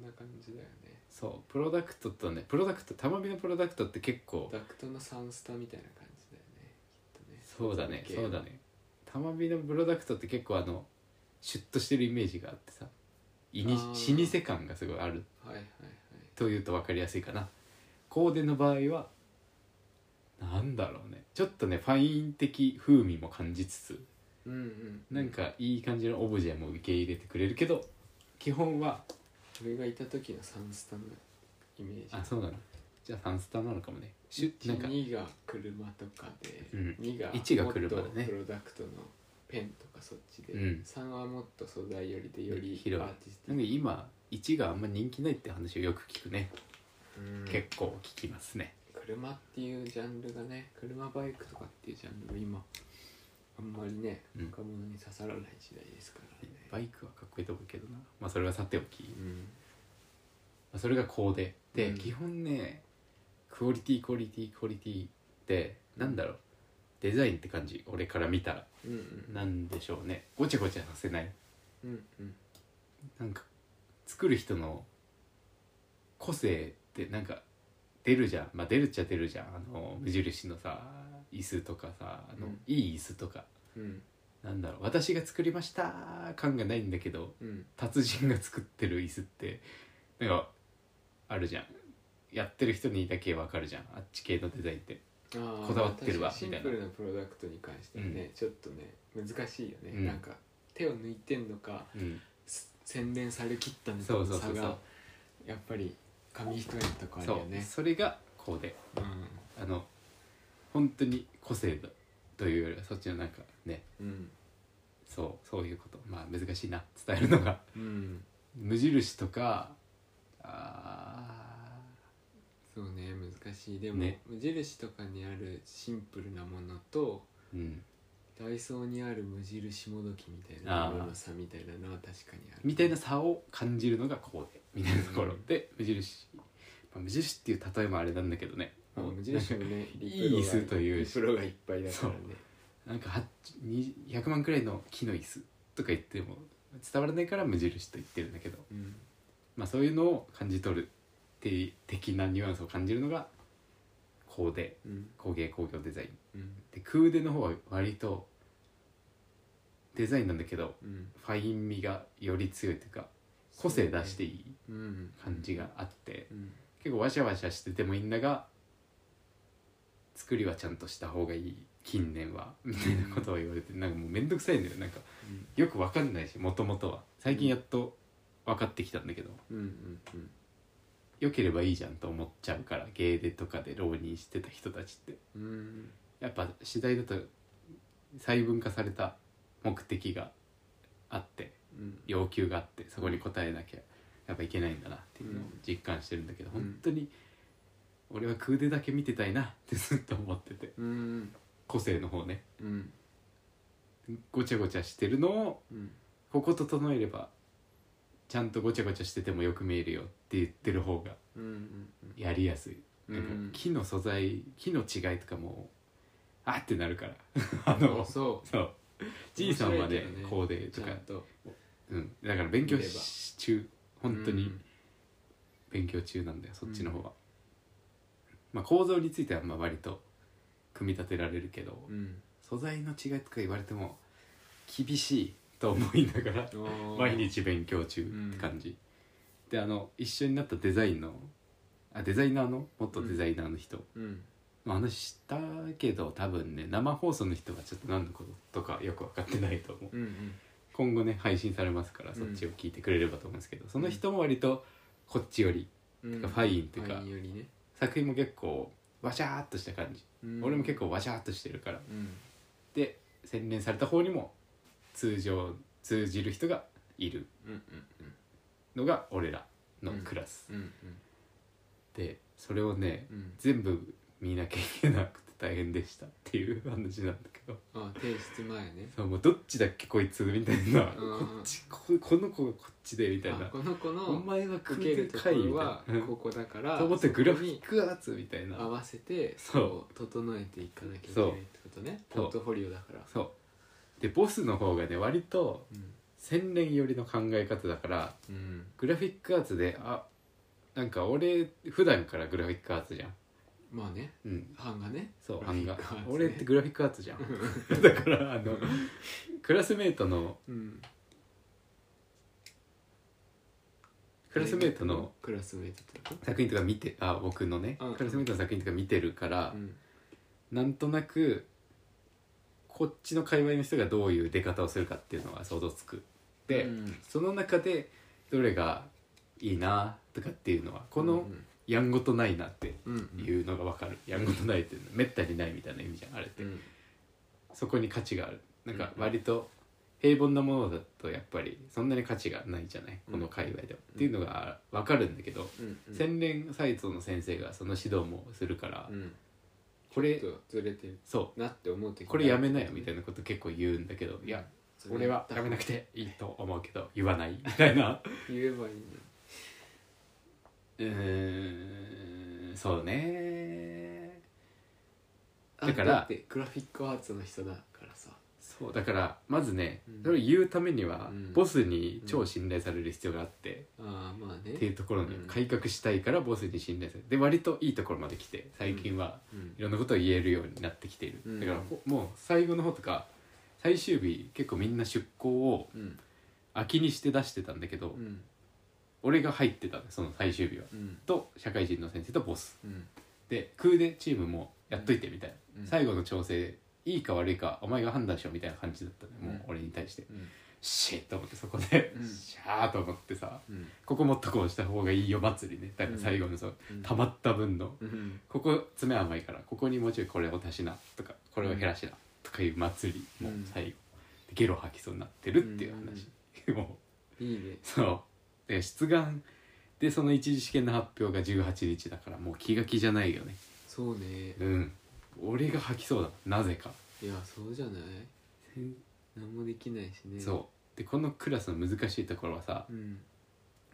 [SPEAKER 2] んな感じだよね
[SPEAKER 1] そうプロダクトとねプロダクト玉美のプロダクトって結構
[SPEAKER 2] ダクトのサンスタみたいな感じだよねきっとね
[SPEAKER 1] そうだね
[SPEAKER 2] 系
[SPEAKER 1] そうだね玉美のプロダクトって結構あのシュッとしてるイメージがあってさいに
[SPEAKER 2] あー
[SPEAKER 1] 老舗感がすごいある
[SPEAKER 2] はいはいはい
[SPEAKER 1] というと分かりやすいかなコーデの場合はなんだろうねちょっとねファイン的風味も感じつつ
[SPEAKER 2] うんうん
[SPEAKER 1] なんかいい感じのオブジェも受け入れてくれるけど基本は
[SPEAKER 2] 俺がいた時のサンスタのイメージ
[SPEAKER 1] あそうなのじゃあサンスターなのかもねシュッなんか
[SPEAKER 2] 2が車とかで、
[SPEAKER 1] うん
[SPEAKER 2] 2が
[SPEAKER 1] 一が車だね
[SPEAKER 2] もっとプロダクトのペンとかそっちで、
[SPEAKER 1] うん
[SPEAKER 2] 3はもっと素材よりでよりア
[SPEAKER 1] 広い
[SPEAKER 2] ーティステ
[SPEAKER 1] なん
[SPEAKER 2] ィッ
[SPEAKER 1] か今1があんま人気ないって話をよく聞くね、
[SPEAKER 2] ク、うん
[SPEAKER 1] 結構聞きますね
[SPEAKER 2] 車っていうジャンルがね車バイクとかっていうジャンルが今あんまりね
[SPEAKER 1] うん
[SPEAKER 2] 若者に刺さらない時代ですからね、
[SPEAKER 1] バイクはかっこいいと思うけどなまあそれはさておき、ま
[SPEAKER 2] うん
[SPEAKER 1] あ、それがコーデで、
[SPEAKER 2] うん
[SPEAKER 1] 基本ねクオリティクオリティクオリティってなんだろうデザインって感じ俺から見たら
[SPEAKER 2] うんうん
[SPEAKER 1] なんでしょうねごちゃごちゃさせない
[SPEAKER 2] うんうん
[SPEAKER 1] なんか作る人の個性ってなんか出るじゃんまあ出るっちゃ出るじゃんあの無印のさ椅子とかさあの、
[SPEAKER 2] うん
[SPEAKER 1] いい椅子とか
[SPEAKER 2] うん
[SPEAKER 1] なんだろう私が作りました感がないんだけど
[SPEAKER 2] うん
[SPEAKER 1] 達人が作ってる椅子ってなんかあるじゃんやってる人にだけわかるじゃんあっち系のデザインって
[SPEAKER 2] あー
[SPEAKER 1] こだわってるわ
[SPEAKER 2] 確かにシンプルなプロダクトに関してはね、
[SPEAKER 1] う
[SPEAKER 2] ちょっとね難しいよね、
[SPEAKER 1] うん
[SPEAKER 2] なんか手を抜いてんのか
[SPEAKER 1] うん
[SPEAKER 2] す宣伝されきったの
[SPEAKER 1] そ
[SPEAKER 2] と
[SPEAKER 1] う
[SPEAKER 2] の
[SPEAKER 1] そうそ
[SPEAKER 2] 差
[SPEAKER 1] うそう
[SPEAKER 2] がやっぱり紙一重のとこある
[SPEAKER 1] そ
[SPEAKER 2] よ
[SPEAKER 1] う
[SPEAKER 2] ね
[SPEAKER 1] それがこうで
[SPEAKER 2] う
[SPEAKER 1] あの本当に個性だというよりはそっちのなんかね
[SPEAKER 2] んうん
[SPEAKER 1] そうそういうことまあ難しいな伝えるのが
[SPEAKER 2] うん
[SPEAKER 1] 無印とかあ
[SPEAKER 2] そうね難しいでも、
[SPEAKER 1] ね
[SPEAKER 2] 無印とかにあるシンプルなものと
[SPEAKER 1] ーうん
[SPEAKER 2] ダイソーにある無印もどきみたいなものの差みたいなのは確かにある
[SPEAKER 1] みたいな差を感じるのがこうでみたいなところ
[SPEAKER 2] うん
[SPEAKER 1] で無印、まあ、無印っていう例えもあれなんだけどね
[SPEAKER 2] まあ
[SPEAKER 1] もう
[SPEAKER 2] 無印もね
[SPEAKER 1] い
[SPEAKER 2] リプロが
[SPEAKER 1] い椅子という
[SPEAKER 2] リプロがいっぱいだからね
[SPEAKER 1] なんかはに100万くらいの木の椅子とか言っても伝わらないから無印と言ってるんだけど、
[SPEAKER 2] うん
[SPEAKER 1] まあ、そういうのを感じ取るって的なニュアンスを感じるのが「工で
[SPEAKER 2] うん
[SPEAKER 1] 工芸工業デザイン
[SPEAKER 2] うん
[SPEAKER 1] で空腕の方は割とデザインなんだけど
[SPEAKER 2] うん
[SPEAKER 1] ファイン味がより強いというか個性出していい
[SPEAKER 2] うん
[SPEAKER 1] 感じがあって
[SPEAKER 2] うん
[SPEAKER 1] 結構わしゃわしゃしててもいいんだが作りはちゃんとした方がいい近年はみたいなことを言われてなんかもうめんどくさいんだよなんか
[SPEAKER 2] うん
[SPEAKER 1] よくわかんないしもともとは最近やっと分かってきたんだけど
[SPEAKER 2] うんうんうん
[SPEAKER 1] 良ければいいじゃんと思っちゃうからゲーデとかで浪人してた人たちって
[SPEAKER 2] うん
[SPEAKER 1] やっぱ次第だと細分化された目的があって
[SPEAKER 2] うん
[SPEAKER 1] 要求があってそこに応えなきゃやっぱいけないんだなっていうのを実感してるんだけど、
[SPEAKER 2] うん
[SPEAKER 1] 本当に俺は空手だけ見てたいな ってずっと思ってて
[SPEAKER 2] うん
[SPEAKER 1] 個性の方ね
[SPEAKER 2] うん
[SPEAKER 1] ごちゃごちゃしてるのを
[SPEAKER 2] うん
[SPEAKER 1] ここ整えればちゃんとごちゃごちゃしててもよく見えるよって言ってる方が
[SPEAKER 2] うんうん
[SPEAKER 1] やりやすい、
[SPEAKER 2] うん
[SPEAKER 1] なんか木の素材木の違いとかもうあーってなるから あ
[SPEAKER 2] うんあ
[SPEAKER 1] の
[SPEAKER 2] そ
[SPEAKER 1] そうじいさんまで
[SPEAKER 2] 面白いけどね
[SPEAKER 1] こうで
[SPEAKER 2] う
[SPEAKER 1] と
[SPEAKER 2] ち
[SPEAKER 1] か、
[SPEAKER 2] ゃんと
[SPEAKER 1] うん、だから勉強
[SPEAKER 2] 見れば
[SPEAKER 1] し中本当に勉強中なんだよそっちの方は、まあ構造についてはまあ割と組み立てられるけど、
[SPEAKER 2] うん
[SPEAKER 1] 素材の違いとか言われても厳しいと思いながら
[SPEAKER 2] うんおー
[SPEAKER 1] 毎日勉強中って感じ、であの一緒になったデザインのあデザイナーの元デザイナーの人、
[SPEAKER 2] うん
[SPEAKER 1] まあ話したけど多分ね生放送の人はちょっと何のこととかよく分かってないと思う
[SPEAKER 2] うんうん
[SPEAKER 1] 今後ね配信されますからそっちを聞いてくれればと思うんですけど、その人も割とこっちより、
[SPEAKER 2] うん
[SPEAKER 1] ファインっていうか
[SPEAKER 2] ファインよりね
[SPEAKER 1] 作品も結構わしゃーっとした感じ、俺も結
[SPEAKER 2] 構
[SPEAKER 1] 構わしゃーっとしてるから
[SPEAKER 2] うん
[SPEAKER 1] で洗練された方にも通常通じる人がいる
[SPEAKER 2] うん
[SPEAKER 1] のが俺らのクラス、
[SPEAKER 2] うんうん
[SPEAKER 1] でそれをね
[SPEAKER 2] うんうん
[SPEAKER 1] 全部見なきゃいけなくて大変でしたっていう話なんだけど
[SPEAKER 2] あ提出前ね
[SPEAKER 1] そうもうどっちだっけこいつみたいな、
[SPEAKER 2] うん
[SPEAKER 1] こっちここの子がこっちでみたい
[SPEAKER 2] あ
[SPEAKER 1] な
[SPEAKER 2] この子
[SPEAKER 1] お
[SPEAKER 2] の
[SPEAKER 1] 前は
[SPEAKER 2] 受けるところは
[SPEAKER 1] みたいな
[SPEAKER 2] ここだから
[SPEAKER 1] と思ってグラフ
[SPEAKER 2] そこ
[SPEAKER 1] ィ
[SPEAKER 2] に
[SPEAKER 1] ックアーツみたい
[SPEAKER 2] 合
[SPEAKER 1] な
[SPEAKER 2] わせて
[SPEAKER 1] そう
[SPEAKER 2] こう整えていかなきゃいけないってことね
[SPEAKER 1] そう
[SPEAKER 2] ポートフォリオだから
[SPEAKER 1] そうでボスの方がね割と
[SPEAKER 2] うん
[SPEAKER 1] 洗練寄りの考え方だから
[SPEAKER 2] うん
[SPEAKER 1] グラフィックアーツであなんか俺普段からグラフィックアーツじゃん
[SPEAKER 2] まあね
[SPEAKER 1] うん
[SPEAKER 2] 版がね
[SPEAKER 1] そう
[SPEAKER 2] グラフィ
[SPEAKER 1] 版
[SPEAKER 2] ッ
[SPEAKER 1] 画
[SPEAKER 2] クアーツね
[SPEAKER 1] 俺ってグラフィックアーツじゃん だからあのクラスメートの
[SPEAKER 2] うん
[SPEAKER 1] クラスメートの
[SPEAKER 2] クラスメートってこ
[SPEAKER 1] 作品とか見てあ僕のね
[SPEAKER 2] うん
[SPEAKER 1] クラスメートの作品とか見てるから
[SPEAKER 2] とうん
[SPEAKER 1] なんとなくこっちの界隈の人がどういう出方をするかっていうのは想像つくで、
[SPEAKER 2] うん
[SPEAKER 1] その中でどれがいいなとかっていうのはこのやんごとないなって
[SPEAKER 2] うん
[SPEAKER 1] い
[SPEAKER 2] うん
[SPEAKER 1] うのがわかる、やんごとないっていうのはめったにないみたいな意味じゃんあれって、
[SPEAKER 2] うん
[SPEAKER 1] そこに価値があるなんか
[SPEAKER 2] うん
[SPEAKER 1] 割と平凡なものだとやっぱりそんなに価値がないじゃない
[SPEAKER 2] うん
[SPEAKER 1] この界隈では、っていうのがわかるんだけど、
[SPEAKER 2] うんうん
[SPEAKER 1] 洗練サイトの先生がその指導もするから、
[SPEAKER 2] うん
[SPEAKER 1] これ
[SPEAKER 2] ちょっとずれてる
[SPEAKER 1] そ
[SPEAKER 2] なって思う時
[SPEAKER 1] う
[SPEAKER 2] も
[SPEAKER 1] これやめなよみたいなこと結構言うんだけど、いや
[SPEAKER 2] それ
[SPEAKER 1] 俺はやめなくていいと思うけど言わないみたいな
[SPEAKER 2] 言えばいいのに
[SPEAKER 1] うーんそうねだから
[SPEAKER 2] ってグラフィックアーツの人だからさ
[SPEAKER 1] そうだからまずね、
[SPEAKER 2] うん
[SPEAKER 1] それを言うためには、
[SPEAKER 2] うん
[SPEAKER 1] ボスに超信頼される必要があって、
[SPEAKER 2] ああまあね
[SPEAKER 1] っていうところに
[SPEAKER 2] うん
[SPEAKER 1] 改革したいからボスに信頼されるで割といいところまで来て最近は
[SPEAKER 2] うん
[SPEAKER 1] いろんなことを言えるようになってきている、
[SPEAKER 2] うん
[SPEAKER 1] だからほもう最後の方とか最終日結構みんな出向を
[SPEAKER 2] うん
[SPEAKER 1] 空きにして出してたんだけど、
[SPEAKER 2] うん
[SPEAKER 1] 俺が入ってたのその最終日は。
[SPEAKER 2] うん
[SPEAKER 1] と社会人の先生とボス
[SPEAKER 2] うん
[SPEAKER 1] で空でチームもやっといてみたいな、
[SPEAKER 2] うん
[SPEAKER 1] 最後の調整いいか悪いかお前が判断しろみたいな感じだったねもう
[SPEAKER 2] うん
[SPEAKER 1] 俺に対して、
[SPEAKER 2] うん
[SPEAKER 1] シーッと思ってそこで、
[SPEAKER 2] うん
[SPEAKER 1] シャーと思ってさ
[SPEAKER 2] うん
[SPEAKER 1] ここもっとこうした方がいいよ祭りねだから最後のそう、溜まった分の
[SPEAKER 2] うん
[SPEAKER 1] ここ爪甘いからここにもうちょいこれを足しなとかこれを減らしなとかいう祭りも
[SPEAKER 2] うん
[SPEAKER 1] 最後でゲロ吐きそうになってるっていう話、 もう
[SPEAKER 2] いいね
[SPEAKER 1] そうで出願でその一次試験の発表が18日だからもう気が気じゃないよね
[SPEAKER 2] そうね
[SPEAKER 1] うん俺が吐きそうだなぜか、
[SPEAKER 2] いやそうじゃない何もできないしね
[SPEAKER 1] そうでこのクラスの難しいところはさ
[SPEAKER 2] うん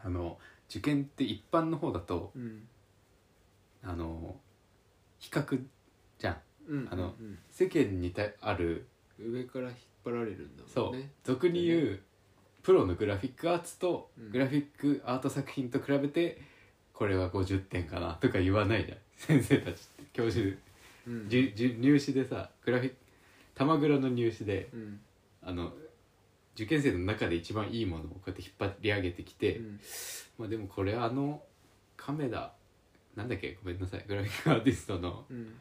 [SPEAKER 1] あの受験って一般の方だと
[SPEAKER 2] うん
[SPEAKER 1] あの比較じゃん
[SPEAKER 2] うん
[SPEAKER 1] あの
[SPEAKER 2] うん
[SPEAKER 1] 世間にたある
[SPEAKER 2] うん上から引っ張られるんだ
[SPEAKER 1] そ
[SPEAKER 2] も
[SPEAKER 1] うん
[SPEAKER 2] ね
[SPEAKER 1] 俗に言う、プロのグラフィックアーツと
[SPEAKER 2] うん
[SPEAKER 1] グラフィックアート作品と比べてこれは50点かなとか言わないじゃん 先生たちって教授
[SPEAKER 2] うん
[SPEAKER 1] じゅじゅ入試でさグラフィック玉倉の入試で
[SPEAKER 2] うん
[SPEAKER 1] あの受験生の中で一番いいものをこうやって引っ張り上げてきて、
[SPEAKER 2] うん
[SPEAKER 1] まあでもこれあの亀田なんだっけごめんなさいグラフィックアーティストの
[SPEAKER 2] うん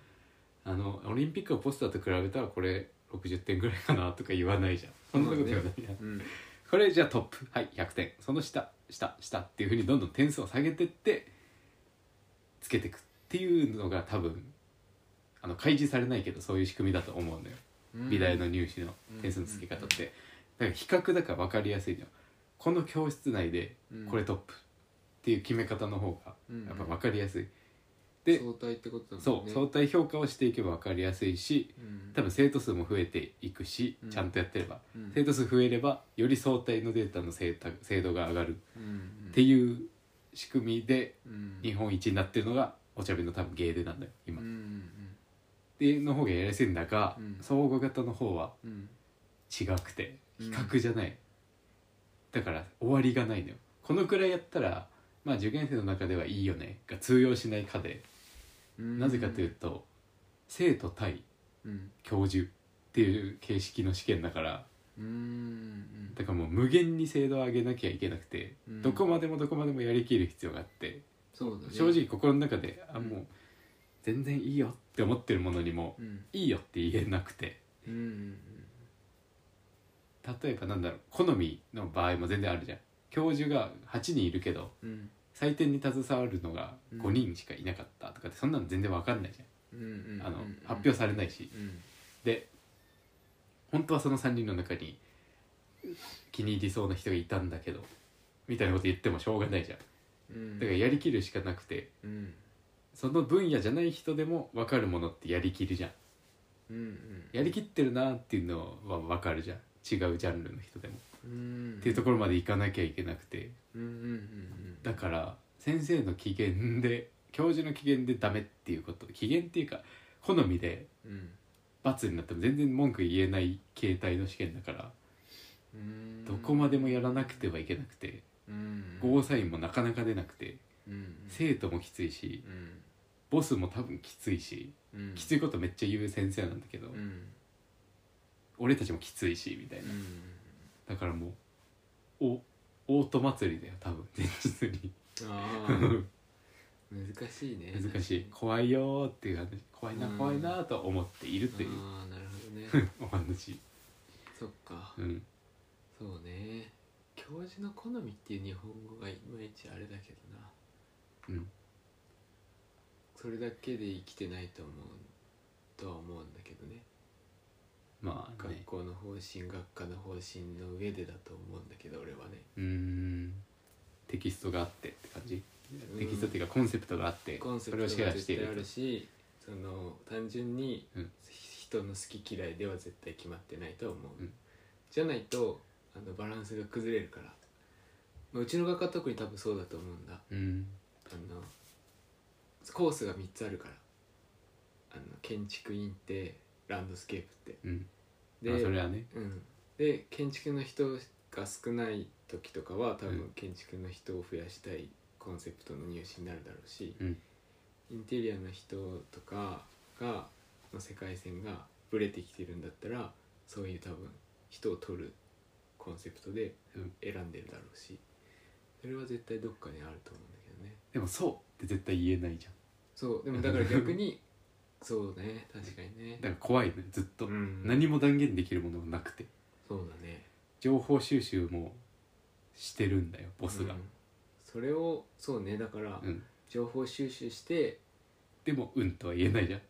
[SPEAKER 1] あのオリンピックのポスターと比べたらこれ60点ぐらいかなとか言わないじゃんそんなこと言わないじゃん、
[SPEAKER 2] うん
[SPEAKER 1] これじゃあトップはい100点その下下下っていうふうにどんどん点数を下げてってつけてくっていうのが多分あの開示されないけどそういう仕組みだと思うんだよ
[SPEAKER 2] うん
[SPEAKER 1] 美大の入試の
[SPEAKER 2] うん
[SPEAKER 1] 点数の付け方ってだから比較だから分かりやすいじゃんこの教室内で
[SPEAKER 2] うん
[SPEAKER 1] これトップっていう決め方の方が
[SPEAKER 2] うん
[SPEAKER 1] やっぱ分かりやすいで
[SPEAKER 2] 相対ってことだも
[SPEAKER 1] そ
[SPEAKER 2] ん
[SPEAKER 1] う
[SPEAKER 2] ね
[SPEAKER 1] 相対評価をしていけば分かりやすいし
[SPEAKER 2] うん
[SPEAKER 1] 多分生徒数も増えていくし
[SPEAKER 2] うん
[SPEAKER 1] ちゃんとやってれば
[SPEAKER 2] うん
[SPEAKER 1] 生徒数増えればより相対のデータの精度精度が上がる
[SPEAKER 2] うん
[SPEAKER 1] っていう仕組みで
[SPEAKER 2] うん
[SPEAKER 1] 日本一になってるのがお茶目の多分ゲーデなんだよ今。
[SPEAKER 2] うん
[SPEAKER 1] での方がやりやすいんだが、
[SPEAKER 2] うん
[SPEAKER 1] 総合型の方は
[SPEAKER 2] うんうん
[SPEAKER 1] 違くて
[SPEAKER 2] うん
[SPEAKER 1] 比較じゃない、だから終わりがないのよこのくらいやったらまあ受験生の中ではいいよねが通用しないかで、
[SPEAKER 2] うん
[SPEAKER 1] なぜかというと生徒対
[SPEAKER 2] うん
[SPEAKER 1] 教授っていう形式の試験だから
[SPEAKER 2] うんうん
[SPEAKER 1] だからもう無限に精度を上げなきゃいけなくて、
[SPEAKER 2] うん
[SPEAKER 1] どこまでもどこまでもやりきる必要があって、
[SPEAKER 2] そうだね
[SPEAKER 1] 正直心の中であ
[SPEAKER 2] うん
[SPEAKER 1] もう全然いいよって思ってるものにも
[SPEAKER 2] うん
[SPEAKER 1] いいよって言えなくて
[SPEAKER 2] うん
[SPEAKER 1] 例えばなんだろう好みの場合も全然あるじゃん教授が8人いるけど
[SPEAKER 2] うんうん
[SPEAKER 1] 採点に携わるのが
[SPEAKER 2] うん
[SPEAKER 1] 5人しかいなかったとかってそんなの全然わかんないじ
[SPEAKER 2] うんうんう
[SPEAKER 1] ゃ
[SPEAKER 2] ん
[SPEAKER 1] んあの発表されないし
[SPEAKER 2] うん
[SPEAKER 1] で本当はその3人の中に気に入りそうな人がいたんだけどみたいなこと言ってもしょうがないじゃん
[SPEAKER 2] うん
[SPEAKER 1] だからやりきるしかなくて
[SPEAKER 2] うん
[SPEAKER 1] その分野じゃない人でも分かるものってやりきるじゃん
[SPEAKER 2] うんうん
[SPEAKER 1] やりきってるなっていうのは分かるじゃん違うジャンルの人でも、
[SPEAKER 2] うん
[SPEAKER 1] っていうところまでいかなきゃいけなくて
[SPEAKER 2] うんうんうん
[SPEAKER 1] だから先生の機嫌で教授の機嫌でダメっていうこと機嫌っていうか好みで
[SPEAKER 2] うん
[SPEAKER 1] 罰になっても全然文句言えない形態の試験だから
[SPEAKER 2] うん
[SPEAKER 1] どこまでもやらなくてはいけなくて
[SPEAKER 2] うん
[SPEAKER 1] ゴーサインもなかなか出なくて
[SPEAKER 2] うん
[SPEAKER 1] 生徒もきついし
[SPEAKER 2] うん
[SPEAKER 1] ボスも多分きついし
[SPEAKER 2] うん
[SPEAKER 1] きついことめっちゃ言う先生なんだけど
[SPEAKER 2] うん
[SPEAKER 1] 俺たちもきついしみたいうなんだからもうおオート祭りだよ多分前日に
[SPEAKER 2] あー難しいね
[SPEAKER 1] 難しい怖いよーっていう話怖いな
[SPEAKER 2] うん
[SPEAKER 1] 怖いなーと思っているという
[SPEAKER 2] ああなるほどね
[SPEAKER 1] お話
[SPEAKER 2] そっ か
[SPEAKER 1] うん
[SPEAKER 2] そうね教授の好みっていう日本語がいまいちあれだけどな
[SPEAKER 1] うん
[SPEAKER 2] それだけで生きてないと思うとは思うんだけどね
[SPEAKER 1] まあね
[SPEAKER 2] 学校の方針学科の方針の上でだと思うんだけど俺はね
[SPEAKER 1] うーんテキストがあってって感じ
[SPEAKER 2] うん
[SPEAKER 1] テキストっていうかコンセプトがあって
[SPEAKER 2] コンセ
[SPEAKER 1] そ
[SPEAKER 2] プ
[SPEAKER 1] れを
[SPEAKER 2] ト
[SPEAKER 1] シェ
[SPEAKER 2] が
[SPEAKER 1] アして
[SPEAKER 2] 絶
[SPEAKER 1] い
[SPEAKER 2] 対ある
[SPEAKER 1] る
[SPEAKER 2] しその単純に
[SPEAKER 1] うん
[SPEAKER 2] 人の好き嫌いでは絶対決まってないと思う、
[SPEAKER 1] うん
[SPEAKER 2] じゃないとあのバランスが崩れるから、まあ、うちの学科は特に多分そうだと思うんだ
[SPEAKER 1] うん
[SPEAKER 2] あのコースが3つあるからあの建築院ってランドスケープって
[SPEAKER 1] うん
[SPEAKER 2] で,、
[SPEAKER 1] まあそれはね
[SPEAKER 2] うん、で建築の人が少ない時とかは多
[SPEAKER 1] うん
[SPEAKER 2] 分建築の人を増やしたいコンセプトの入試になるだろうし、
[SPEAKER 1] うん
[SPEAKER 2] インテリアの人とかがの世界線がブレてきてるんだったらそういう多分人を取るコンセプトで
[SPEAKER 1] うん
[SPEAKER 2] 選んでるだろうし、それは絶対どっかにあると思うんだけどね。
[SPEAKER 1] でもそうって絶対言えないじゃん
[SPEAKER 2] そうでもだから逆に そうね確かにね
[SPEAKER 1] だから怖いのよずっと
[SPEAKER 2] うん
[SPEAKER 1] 何も断言できるものがなくて
[SPEAKER 2] そうだね
[SPEAKER 1] 情報収集もしてるんだよボスが
[SPEAKER 2] うん、それをそうねだから、
[SPEAKER 1] うん、
[SPEAKER 2] 情報収集して、
[SPEAKER 1] でも「うん」とは言えないじゃん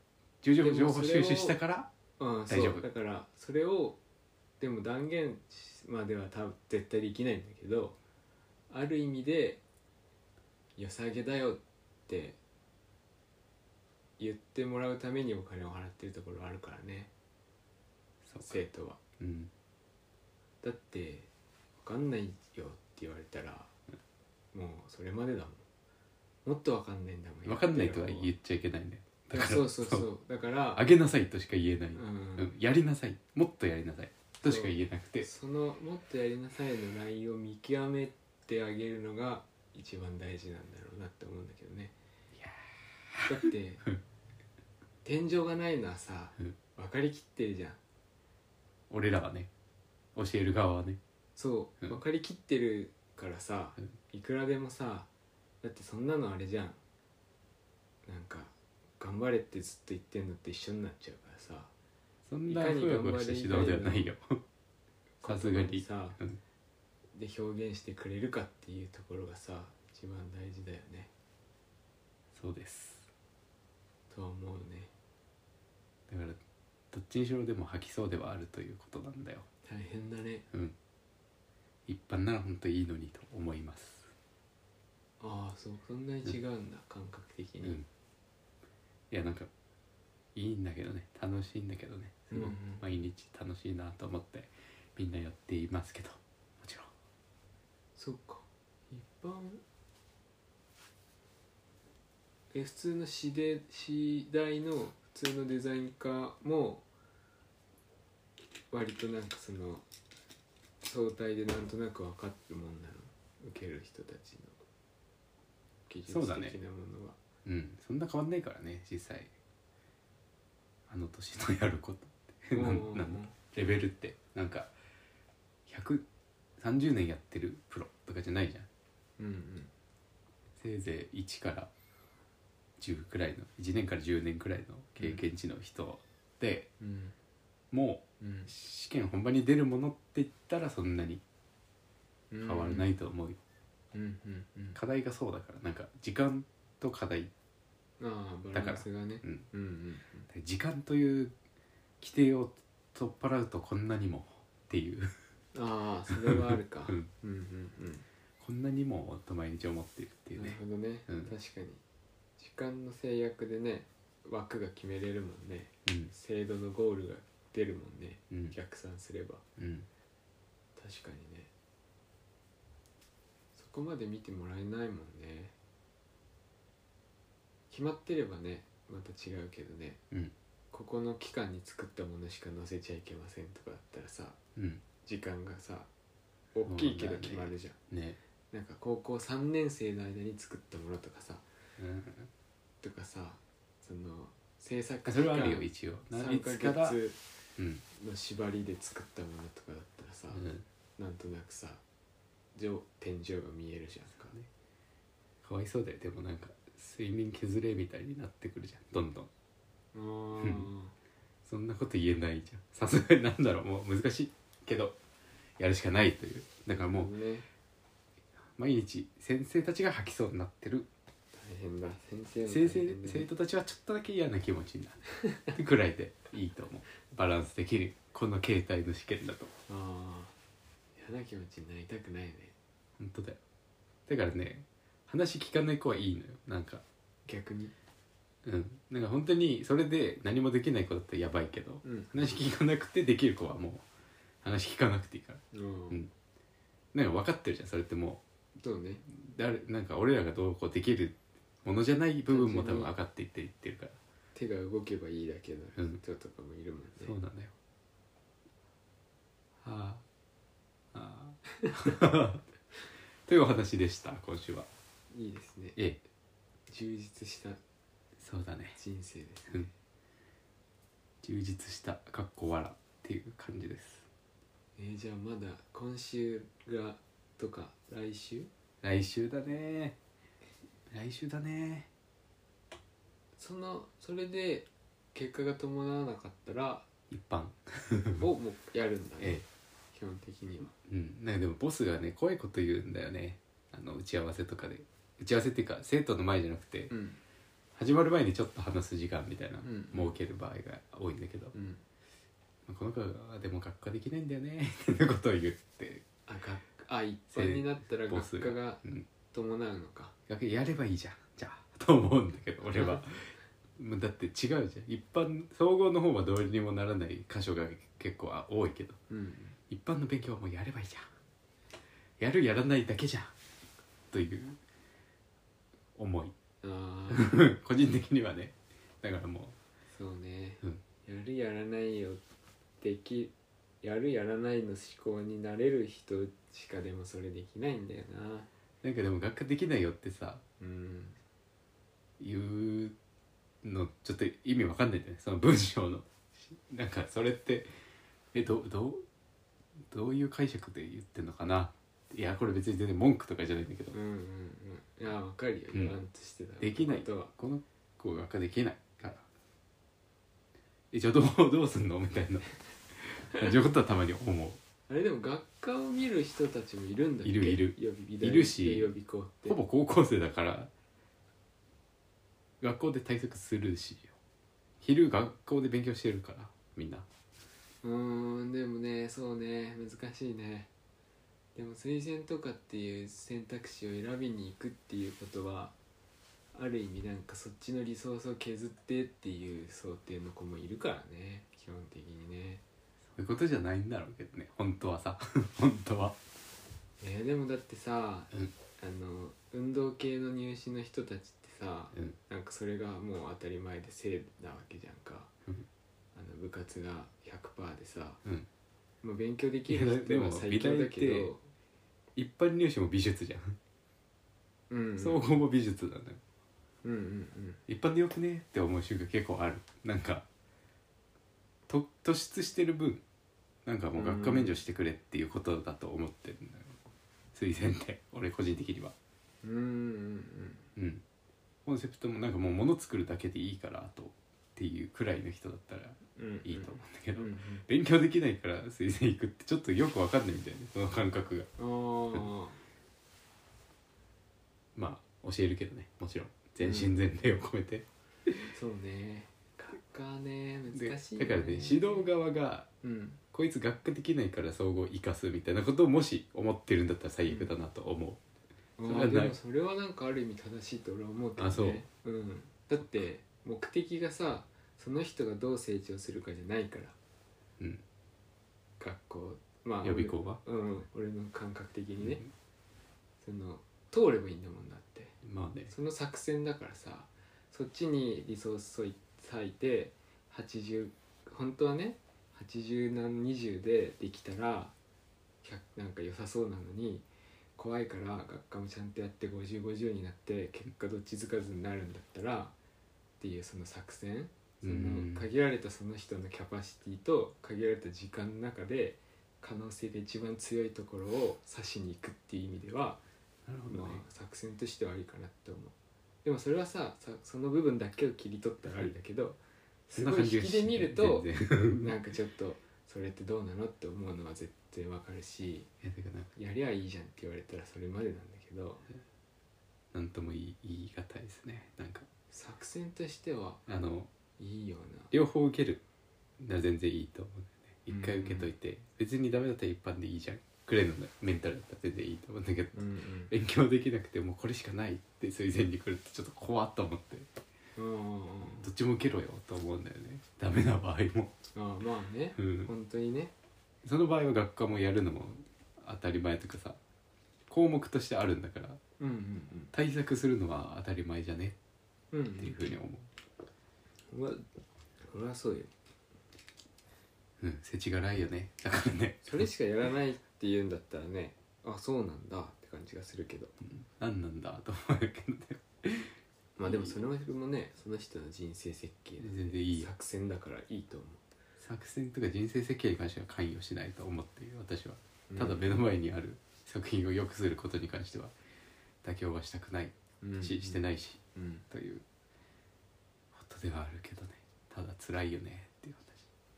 [SPEAKER 1] 情報
[SPEAKER 2] で
[SPEAKER 1] 情
[SPEAKER 2] も
[SPEAKER 1] 報
[SPEAKER 2] それを
[SPEAKER 1] 収集したから
[SPEAKER 2] うん、
[SPEAKER 1] 大丈夫
[SPEAKER 2] そうだからそれをでも断言しまでは多分絶対できないんだけどある意味で「良さげだよ」って言ってもらうためにお金を払ってるところはあるからね
[SPEAKER 1] そうか
[SPEAKER 2] 生徒は。
[SPEAKER 1] うん
[SPEAKER 2] だって「分かんないよ」って言われたらもうそれまでだもんもっと分かんないんだもん
[SPEAKER 1] 分かんないとは
[SPEAKER 2] 言
[SPEAKER 1] 言
[SPEAKER 2] っ
[SPEAKER 1] っちゃいけないんだよ
[SPEAKER 2] て
[SPEAKER 1] だ
[SPEAKER 2] る
[SPEAKER 1] から
[SPEAKER 2] 方はそう
[SPEAKER 1] そ
[SPEAKER 2] そう
[SPEAKER 1] う
[SPEAKER 2] そうだから
[SPEAKER 1] あげなさいとしか言えない、
[SPEAKER 2] う
[SPEAKER 1] うんんやりなさいもっとやりなさいとしか言えなくて
[SPEAKER 2] その「もっとやりなさい」のラインを見極めてあげるのが一番大事なんだろうなって思うんだけどね
[SPEAKER 1] いや
[SPEAKER 2] だって天井がないのはさ
[SPEAKER 1] うん
[SPEAKER 2] 分かりきってるじゃん
[SPEAKER 1] 俺らはね教える側はね
[SPEAKER 2] そう
[SPEAKER 1] うん
[SPEAKER 2] 分かりきってるからさ
[SPEAKER 1] うん
[SPEAKER 2] いくらでもさだってそんなのあれじゃんなんか頑張れってずっと言ってんのと一緒になっちゃうからさ
[SPEAKER 1] そんない
[SPEAKER 2] かに
[SPEAKER 1] ふわふわした指導ではないよさすが
[SPEAKER 2] 言
[SPEAKER 1] に
[SPEAKER 2] 葉
[SPEAKER 1] うん
[SPEAKER 2] でさで表現してくれるかっていうところがさ一番大事だよね
[SPEAKER 1] そうです
[SPEAKER 2] とは思うね
[SPEAKER 1] だからどっちにしろでも吐きそうではあるということなんだよ
[SPEAKER 2] 大変だね
[SPEAKER 1] うん一般なら本当いいのにと思います
[SPEAKER 2] ああそうそんなに違うんだ、感覚的
[SPEAKER 1] う
[SPEAKER 2] に、
[SPEAKER 1] んいやなんかいいんだけどね楽しいんだけどねすごい
[SPEAKER 2] うんうん
[SPEAKER 1] 毎日楽しいなと思ってみんなやっていますけどもちろん
[SPEAKER 2] そっか一般え普通の市で市大の普通のデザイン科も割となんかその相対でなんとなく分かってるもんなの受ける人たちの技術
[SPEAKER 1] そう
[SPEAKER 2] 的な
[SPEAKER 1] だ
[SPEAKER 2] もの
[SPEAKER 1] ね
[SPEAKER 2] は、
[SPEAKER 1] うんそんな変わんないからね実際あの年のやることって
[SPEAKER 2] うん
[SPEAKER 1] な
[SPEAKER 2] うん
[SPEAKER 1] んなんだレベルってなんか130年やってるプロとかじゃないじゃん
[SPEAKER 2] うんうん
[SPEAKER 1] せいぜい1から10くらいの1年から10年くらいの経験値の人で、
[SPEAKER 2] うん
[SPEAKER 1] も
[SPEAKER 2] うん
[SPEAKER 1] う試験本番に出るものって言ったらそんなに
[SPEAKER 2] 変
[SPEAKER 1] 変わらないと思うよ、
[SPEAKER 2] うんうんうん
[SPEAKER 1] 課題がそうだからなんか時間と課題
[SPEAKER 2] ああバ
[SPEAKER 1] だから
[SPEAKER 2] ランスがね
[SPEAKER 1] うん
[SPEAKER 2] うんうん
[SPEAKER 1] 時間という規定を取っ払うとこんなにもっていう
[SPEAKER 2] うんああそれはあるか
[SPEAKER 1] うん
[SPEAKER 2] うんうんうん
[SPEAKER 1] こんなにもと毎日思ってるっていう
[SPEAKER 2] なる
[SPEAKER 1] ね
[SPEAKER 2] ほどね、
[SPEAKER 1] うん
[SPEAKER 2] 確かに時間の制約でね枠が決めれるもんね
[SPEAKER 1] うん
[SPEAKER 2] 制度のゴールが出るもんね
[SPEAKER 1] うん
[SPEAKER 2] 逆算すれば
[SPEAKER 1] うん
[SPEAKER 2] 確かにねそこまで見てもらえないもんね決まってればねまた違うけどね
[SPEAKER 1] うん
[SPEAKER 2] ここの期間に作ったものしか載せちゃいけませんとかだったらさ
[SPEAKER 1] うん
[SPEAKER 2] 時間がさ大きいけど決まるじゃん、
[SPEAKER 1] ね
[SPEAKER 2] なんか高校3年生の間に作ったものとかさ
[SPEAKER 1] うん
[SPEAKER 2] とかさその制作
[SPEAKER 1] あそれはあるよ一応ないつ
[SPEAKER 2] 3
[SPEAKER 1] か
[SPEAKER 2] ヶ
[SPEAKER 1] ら
[SPEAKER 2] 月
[SPEAKER 1] うん
[SPEAKER 2] の縛りで作ったものとかだったらさ、
[SPEAKER 1] うん
[SPEAKER 2] なんとなくさ上天井が見えるじゃんか、
[SPEAKER 1] ねかわいそうだよでもなんか睡眠削れみたいになってくるじゃんどんどん
[SPEAKER 2] あ
[SPEAKER 1] う
[SPEAKER 2] ー
[SPEAKER 1] んそんなこと言えないじゃんさすがになんだろうもう難しいけどやるしかないというだからもう
[SPEAKER 2] ね
[SPEAKER 1] 毎日先生たちが吐きそうになってる
[SPEAKER 2] 大変だ先生も
[SPEAKER 1] 先
[SPEAKER 2] 大
[SPEAKER 1] 生
[SPEAKER 2] 変だ
[SPEAKER 1] 生
[SPEAKER 2] ね
[SPEAKER 1] 徒たちはちょっとだけ嫌な気持ちになるくらいでいいと思うバランスできるこの形態の試験だと
[SPEAKER 2] あー嫌な気持ちになりたくないね
[SPEAKER 1] 本当だよだからね話聞かない子はいいのよなんか
[SPEAKER 2] 逆に
[SPEAKER 1] うんなんか本当にそれで何もできない子だったらやばいけど
[SPEAKER 2] うん
[SPEAKER 1] 話聞かなくてできる子はもう話聞かなくていいから
[SPEAKER 2] うん、
[SPEAKER 1] うんなんか分かってるじゃんそれっても
[SPEAKER 2] そうね
[SPEAKER 1] う誰なんか俺らがどうこうできるものじゃない部分も多分分かっていって言ってるから
[SPEAKER 2] 手が動けばいいだけの
[SPEAKER 1] うん
[SPEAKER 2] 人とかもいるもんね、
[SPEAKER 1] そうなんだよはあは あというお話でした今週はい
[SPEAKER 2] いですね
[SPEAKER 1] ええ
[SPEAKER 2] 充実した
[SPEAKER 1] そうだね
[SPEAKER 2] 人生です
[SPEAKER 1] うん充実したかっこわらっていう感じです
[SPEAKER 2] えーじゃあまだ今週がとか来週
[SPEAKER 1] 来週だね来週だね
[SPEAKER 2] そのそれで結果が伴わなかったら
[SPEAKER 1] 一般
[SPEAKER 2] をもうやるんだね、
[SPEAKER 1] え
[SPEAKER 2] 基本的には
[SPEAKER 1] えうんなんかでもボスがね怖いこと言うんだよねあの打ち合わせとかで打ち合わせっていうか生徒の前じゃなくて、
[SPEAKER 2] うん
[SPEAKER 1] 始まる前にちょっと話す時間みたいな、
[SPEAKER 2] うん
[SPEAKER 1] 設ける場合が多いんだけど、
[SPEAKER 2] うん
[SPEAKER 1] まあこの子はでも学科できないんだよねってことを言って
[SPEAKER 2] あ学あ一般になったら
[SPEAKER 1] ボス
[SPEAKER 2] 学科が
[SPEAKER 1] うん、
[SPEAKER 2] 伴うのか
[SPEAKER 1] 学やればいいじゃんじゃあと思うんだけど俺はもうだって違うじゃん一般総合の方はどうにもならない箇所が結構あ多いけど
[SPEAKER 2] うん
[SPEAKER 1] 一般の勉強はもうやればいいじゃんやるやらないだけじゃんという思い
[SPEAKER 2] ああ
[SPEAKER 1] 個人的にはねだからも
[SPEAKER 2] そうね、
[SPEAKER 1] うん
[SPEAKER 2] やるやらないよできやるやらないの思考になれる人しかでもそれできないんだよな
[SPEAKER 1] うなんかでも学科できないよってさ
[SPEAKER 2] うん
[SPEAKER 1] 言うのちょっと意味わかんないんだよねその文章の なんかそれってえどどうどういう解釈で言ってんのかないやこれ別に全然文句とかじゃないんだけど
[SPEAKER 2] うんうんうんいやわかるよ
[SPEAKER 1] うん
[SPEAKER 2] 言わんとしてた
[SPEAKER 1] できない
[SPEAKER 2] ことは
[SPEAKER 1] この子ができないからえじゃあどうどうすんのみたいな そういうことはたまに思う
[SPEAKER 2] あれでも学科を見る人たちもいるんだっけ
[SPEAKER 1] いるいる
[SPEAKER 2] 予備美大
[SPEAKER 1] いるし
[SPEAKER 2] 予備校って
[SPEAKER 1] ほぼ高校生だから学校で対策するし昼学校で勉強してるからみんな
[SPEAKER 2] うーんでもねそうね難しいねでも推薦とかっていう選択肢を選びに行くっていうことはある意味なんかそっちのリソースを削ってっていう想定の子もいるからね基本的にね
[SPEAKER 1] そういうことじゃないんだろうけどね本当はさ 本当は
[SPEAKER 2] えーでもだってさ、
[SPEAKER 1] うん
[SPEAKER 2] あの運動系の入試の人たちってさ、
[SPEAKER 1] うん
[SPEAKER 2] なんかそれがもう当たり前で正なわけじゃんか、
[SPEAKER 1] うん
[SPEAKER 2] あの部活が100%でさ、
[SPEAKER 1] うん
[SPEAKER 2] もう勉強できる
[SPEAKER 1] いや
[SPEAKER 2] 人
[SPEAKER 1] で
[SPEAKER 2] は
[SPEAKER 1] も
[SPEAKER 2] 最強だけ
[SPEAKER 1] 美大って
[SPEAKER 2] ど
[SPEAKER 1] 一般入試も美術じゃん、
[SPEAKER 2] うん
[SPEAKER 1] 総合も美術なのよ
[SPEAKER 2] うんうん
[SPEAKER 1] 一般でよくねって思う瞬間結構あるなんかと突出してる分なんかもう学科免除してくれっていうことだと思ってるんだよ、推薦って俺個人的には
[SPEAKER 2] うんうんうん
[SPEAKER 1] うんコンセプトもなんかもう物作るだけでいいからあとっていうくらいの人だったら
[SPEAKER 2] うんうん
[SPEAKER 1] いいと思うんだけど、
[SPEAKER 2] うん
[SPEAKER 1] 勉強できないから推薦行くってちょっとよくわかんないみたいなその感覚が
[SPEAKER 2] うんあ
[SPEAKER 1] まあ教えるけどねもちろん全身全霊を込めて、
[SPEAKER 2] あそうね学科ね
[SPEAKER 1] で
[SPEAKER 2] 難しいよ
[SPEAKER 1] だからね指導側が
[SPEAKER 2] うん
[SPEAKER 1] こいつ学科できないから総合生かすみたいなことをもし思ってるんだったら最悪だなと思う、
[SPEAKER 2] あ
[SPEAKER 1] それは
[SPEAKER 2] ー
[SPEAKER 1] な
[SPEAKER 2] で
[SPEAKER 1] い
[SPEAKER 2] もそれはなんかある意味正しいと俺は思うけどね
[SPEAKER 1] あそう、
[SPEAKER 2] うん、だって目的がさその人がどう成長するかじゃないから
[SPEAKER 1] うん
[SPEAKER 2] 学校まあ
[SPEAKER 1] 予備校は、
[SPEAKER 2] 俺うん俺の感覚的にね、その通ればいいんだもんだって
[SPEAKER 1] まあね
[SPEAKER 2] その作戦だからさそっちにリソースを割いて80本当はね80何20でできたら100なんか良さそうなのに怖いから学科もちゃんとやって5050になって結果どっちつかずになるんだったらっていうその作戦そ
[SPEAKER 1] うん
[SPEAKER 2] の限られたその人のキャパシティと限られた時間の中で可能性で一番強いところを指しに行くっていう意味では
[SPEAKER 1] なるほど
[SPEAKER 2] まあ
[SPEAKER 1] ね、
[SPEAKER 2] 作戦としてはいいかなって思うでもそれはささその部分だけを切り取ったらあれだけどす
[SPEAKER 1] んな
[SPEAKER 2] ごい
[SPEAKER 1] 感じ
[SPEAKER 2] 引
[SPEAKER 1] が
[SPEAKER 2] き
[SPEAKER 1] し
[SPEAKER 2] で見ると
[SPEAKER 1] 全然
[SPEAKER 2] なんかちょっとそれってどうなのって思うのは絶対わかるし
[SPEAKER 1] いやだからなんか
[SPEAKER 2] やりゃいいじゃんって言われたらそれまでなんだけど
[SPEAKER 1] なんとも言い言い難いですねなんか
[SPEAKER 2] 作戦としては
[SPEAKER 1] あの
[SPEAKER 2] いいよう
[SPEAKER 1] 両方受けるなら全然いいと思うんだよね一回
[SPEAKER 2] うん
[SPEAKER 1] 受けといて、別にダメだったら一般でいいじゃんくらいのメンタルだったら全然いいと思うんだけど、
[SPEAKER 2] なうん
[SPEAKER 1] 勉強できなくてもうこれしかないって推薦に来るとちょっと怖っと思って
[SPEAKER 2] うんうんうん
[SPEAKER 1] どっちも受けろよと思うんだよねダメな場合も、
[SPEAKER 2] ああまあね
[SPEAKER 1] うん、
[SPEAKER 2] 本当にね
[SPEAKER 1] その場合は学科もやるのも当たり前とかさ項目としてあるんだから
[SPEAKER 2] うんうん
[SPEAKER 1] 対策するのは当たり前じゃね
[SPEAKER 2] うんう
[SPEAKER 1] っていうんふうに思
[SPEAKER 2] うわそれはそうよ
[SPEAKER 1] ううん世知辛いよねだからね
[SPEAKER 2] それしかやらないって言うんだったらねあそうなんだって感じがするけど
[SPEAKER 1] 何なんだと思うけどね
[SPEAKER 2] まあでもそれもねその人の人生設計で
[SPEAKER 1] 全然いいよ
[SPEAKER 2] 作戦だからいいと思
[SPEAKER 1] 作戦とか人生設計に関しては関与しないと思っている私は
[SPEAKER 2] う
[SPEAKER 1] ただ目の前にある作品を良くすることに関しては妥協はしたくない
[SPEAKER 2] うん
[SPEAKER 1] ししてないし
[SPEAKER 2] うん
[SPEAKER 1] ということではあるけどねただ辛いよねっていう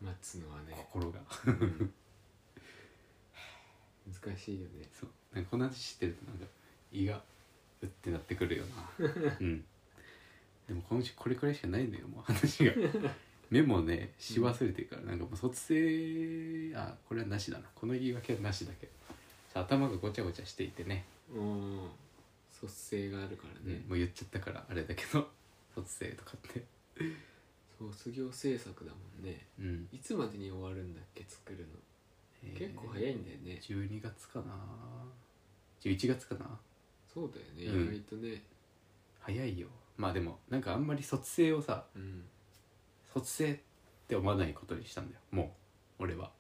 [SPEAKER 2] 待つのは
[SPEAKER 1] 私
[SPEAKER 2] ね
[SPEAKER 1] 心が
[SPEAKER 2] うん難しいよね
[SPEAKER 1] そうなんかこの話してるとなんか胃がうってなってくるよ なうんでも今週これくらいしかないんだよもう話が メモをねし忘れてるから、なんかもう卒生あこれはなしだなこの言い訳はなしだけど頭がごちゃごちゃしていてね、
[SPEAKER 2] うん率性があるからね
[SPEAKER 1] もう言っちゃったからあれだけど卒生とかって
[SPEAKER 2] 卒業制作だもんね
[SPEAKER 1] うん
[SPEAKER 2] いつまでに終わるんだっけ作るの結構早いんだよね
[SPEAKER 1] 12月かな11月かな
[SPEAKER 2] そうだよ
[SPEAKER 1] うん
[SPEAKER 2] ね意外とね
[SPEAKER 1] 早いよまあでもなんかあんまり卒生をさ
[SPEAKER 2] うん
[SPEAKER 1] 卒生って思わないことにしたんだよもう俺は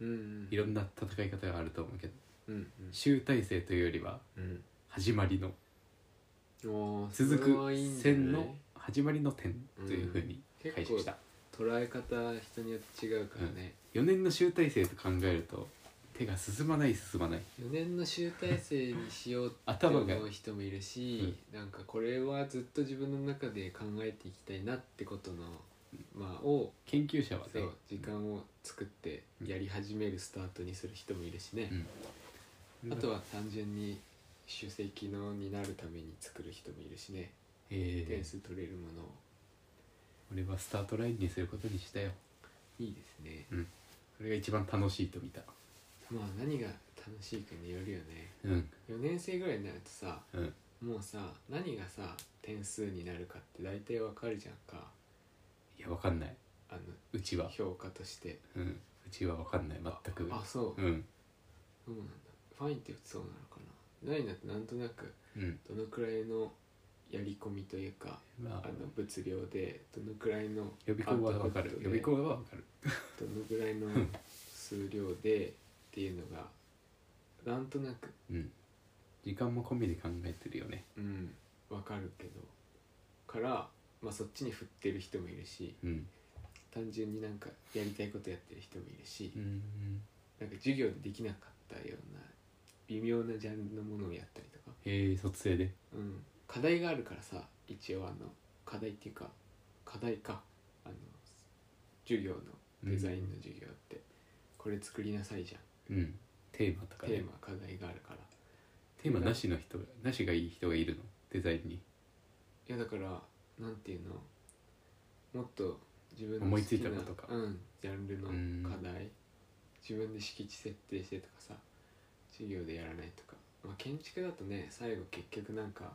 [SPEAKER 2] うんうん
[SPEAKER 1] いろんな戦い方があると思うけど
[SPEAKER 2] うん
[SPEAKER 1] 集大成というよりは
[SPEAKER 2] うん
[SPEAKER 1] 始まりの
[SPEAKER 2] うんあー
[SPEAKER 1] 続
[SPEAKER 2] それはいいん
[SPEAKER 1] く
[SPEAKER 2] じゃない
[SPEAKER 1] 線の始まりの点というふうに
[SPEAKER 2] 結
[SPEAKER 1] 解釈した
[SPEAKER 2] 構、捉え方人によって違うからね、
[SPEAKER 1] 4年の集大成と考えると手が進まない進まない
[SPEAKER 2] 4年の集大成にしようって
[SPEAKER 1] 頭
[SPEAKER 2] 思
[SPEAKER 1] が
[SPEAKER 2] う人もいるし、なんかこれはずっと自分の中で考えていきたいなってことの、まあを
[SPEAKER 1] 研究者はね
[SPEAKER 2] そう時間を作ってやり始めるスタートにする人もいるしね、
[SPEAKER 1] うん
[SPEAKER 2] あとは単純に主席機能になるために作る人もいるしね、
[SPEAKER 1] え
[SPEAKER 2] 点
[SPEAKER 1] ー、
[SPEAKER 2] 数取れるものを
[SPEAKER 1] 俺はスタートラインにすることにしたよ
[SPEAKER 2] いいですね
[SPEAKER 1] それが一番楽しいと見た
[SPEAKER 2] まあ何が楽しいかによるよね
[SPEAKER 1] うん
[SPEAKER 2] 4年生ぐらいになるとさ
[SPEAKER 1] うん
[SPEAKER 2] もうさ何がさ点数になるかって大体わかるじゃんか
[SPEAKER 1] いやわかんない
[SPEAKER 2] あ
[SPEAKER 1] うち
[SPEAKER 2] の
[SPEAKER 1] は、
[SPEAKER 2] 評価として
[SPEAKER 1] うん、うちはわかんない全く
[SPEAKER 2] あそう、
[SPEAKER 1] うん
[SPEAKER 2] そうなんだファインってそうなのかなないなってなんとなく
[SPEAKER 1] うん
[SPEAKER 2] どのくらいのやり込みというか
[SPEAKER 1] ま
[SPEAKER 2] あ
[SPEAKER 1] あ
[SPEAKER 2] の物量でどのくらいの
[SPEAKER 1] 予備校はわか
[SPEAKER 2] アウ
[SPEAKER 1] る予
[SPEAKER 2] トプッ
[SPEAKER 1] 備
[SPEAKER 2] トで
[SPEAKER 1] 校はわかる
[SPEAKER 2] どのぐらいの数量でっていうのがなんとなく
[SPEAKER 1] うん時間も込みで考えてるよね
[SPEAKER 2] うんわかるけどから、まあ、そっちに振ってる人もいるし
[SPEAKER 1] うん
[SPEAKER 2] 単純になんかやりたいことやってる人もいるし
[SPEAKER 1] うん
[SPEAKER 2] なんか授業でできなかったような微妙なジャンルのものをやったりとか、
[SPEAKER 1] えー、卒生で
[SPEAKER 2] うん、課題があるからさ一応あの課題っていうか課題かあの授業のデザインの授業って、これ作りなさいじゃ
[SPEAKER 1] うんテーマとか
[SPEAKER 2] んテ
[SPEAKER 1] ね
[SPEAKER 2] ーマ課題があるから
[SPEAKER 1] テーマなしの人がなしがいい人がいるのデザインに
[SPEAKER 2] いやだからなんていうのもっと自分の
[SPEAKER 1] 思いついたことか
[SPEAKER 2] うん、ジャンルの
[SPEAKER 1] うん
[SPEAKER 2] 課題自分で敷地設定してとかさ授業でやらないとか、まあ、建築だとね最後結局なんか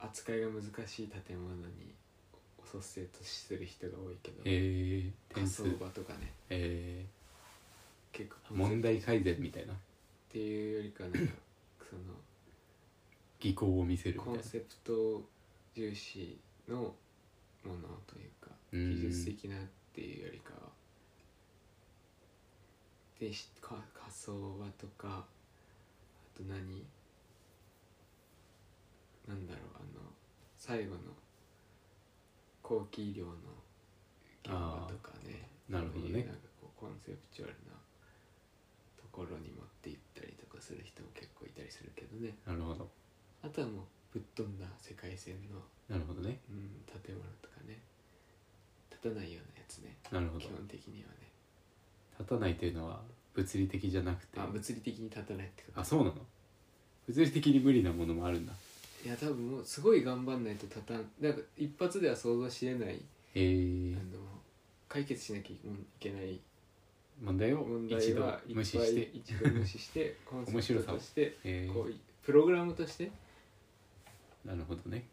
[SPEAKER 2] 扱いが難しい建物に率性とする人が多いけど、
[SPEAKER 1] えー、
[SPEAKER 2] 仮
[SPEAKER 1] 点
[SPEAKER 2] 想
[SPEAKER 1] 数
[SPEAKER 2] 場とかね
[SPEAKER 1] え
[SPEAKER 2] 結構
[SPEAKER 1] ー、問題改善みたいな
[SPEAKER 2] っていうよりかなんかその
[SPEAKER 1] 技巧を見せる
[SPEAKER 2] コ
[SPEAKER 1] み
[SPEAKER 2] ン
[SPEAKER 1] たいな
[SPEAKER 2] セプト重視のものというか
[SPEAKER 1] うん
[SPEAKER 2] 技術的なっていうよりかはでしか仮想場とかあと何なんだろうあの最後の後期医療の現場とかね
[SPEAKER 1] あーなるほどね
[SPEAKER 2] そういうなんかこうコンセプチュアルなところに持っていったりとかする人も結構いたりするけどね
[SPEAKER 1] なるほど
[SPEAKER 2] あとはもうぶっ飛んだ世界線の、
[SPEAKER 1] なるほどね
[SPEAKER 2] うん、建物とかね立たないようなやつね
[SPEAKER 1] なるほど
[SPEAKER 2] 基本的にはね
[SPEAKER 1] 立たないというのは物理的じゃなくて
[SPEAKER 2] あ物理的に立たないってこと
[SPEAKER 1] あそうなの物理的に無理なものもあるんだ
[SPEAKER 2] いや多分もうすごい頑張んないと立たんなんか一発では想像しれない、
[SPEAKER 1] えー
[SPEAKER 2] あの解決しなきゃいけない
[SPEAKER 1] 問題を
[SPEAKER 2] 問題
[SPEAKER 1] 一度
[SPEAKER 2] はいっぱい
[SPEAKER 1] 無視して
[SPEAKER 2] 一度無視して コンセ
[SPEAKER 1] 面白
[SPEAKER 2] プ
[SPEAKER 1] さ
[SPEAKER 2] ト
[SPEAKER 1] を
[SPEAKER 2] として
[SPEAKER 1] え
[SPEAKER 2] こういプログラムとして、
[SPEAKER 1] ー、なるほどね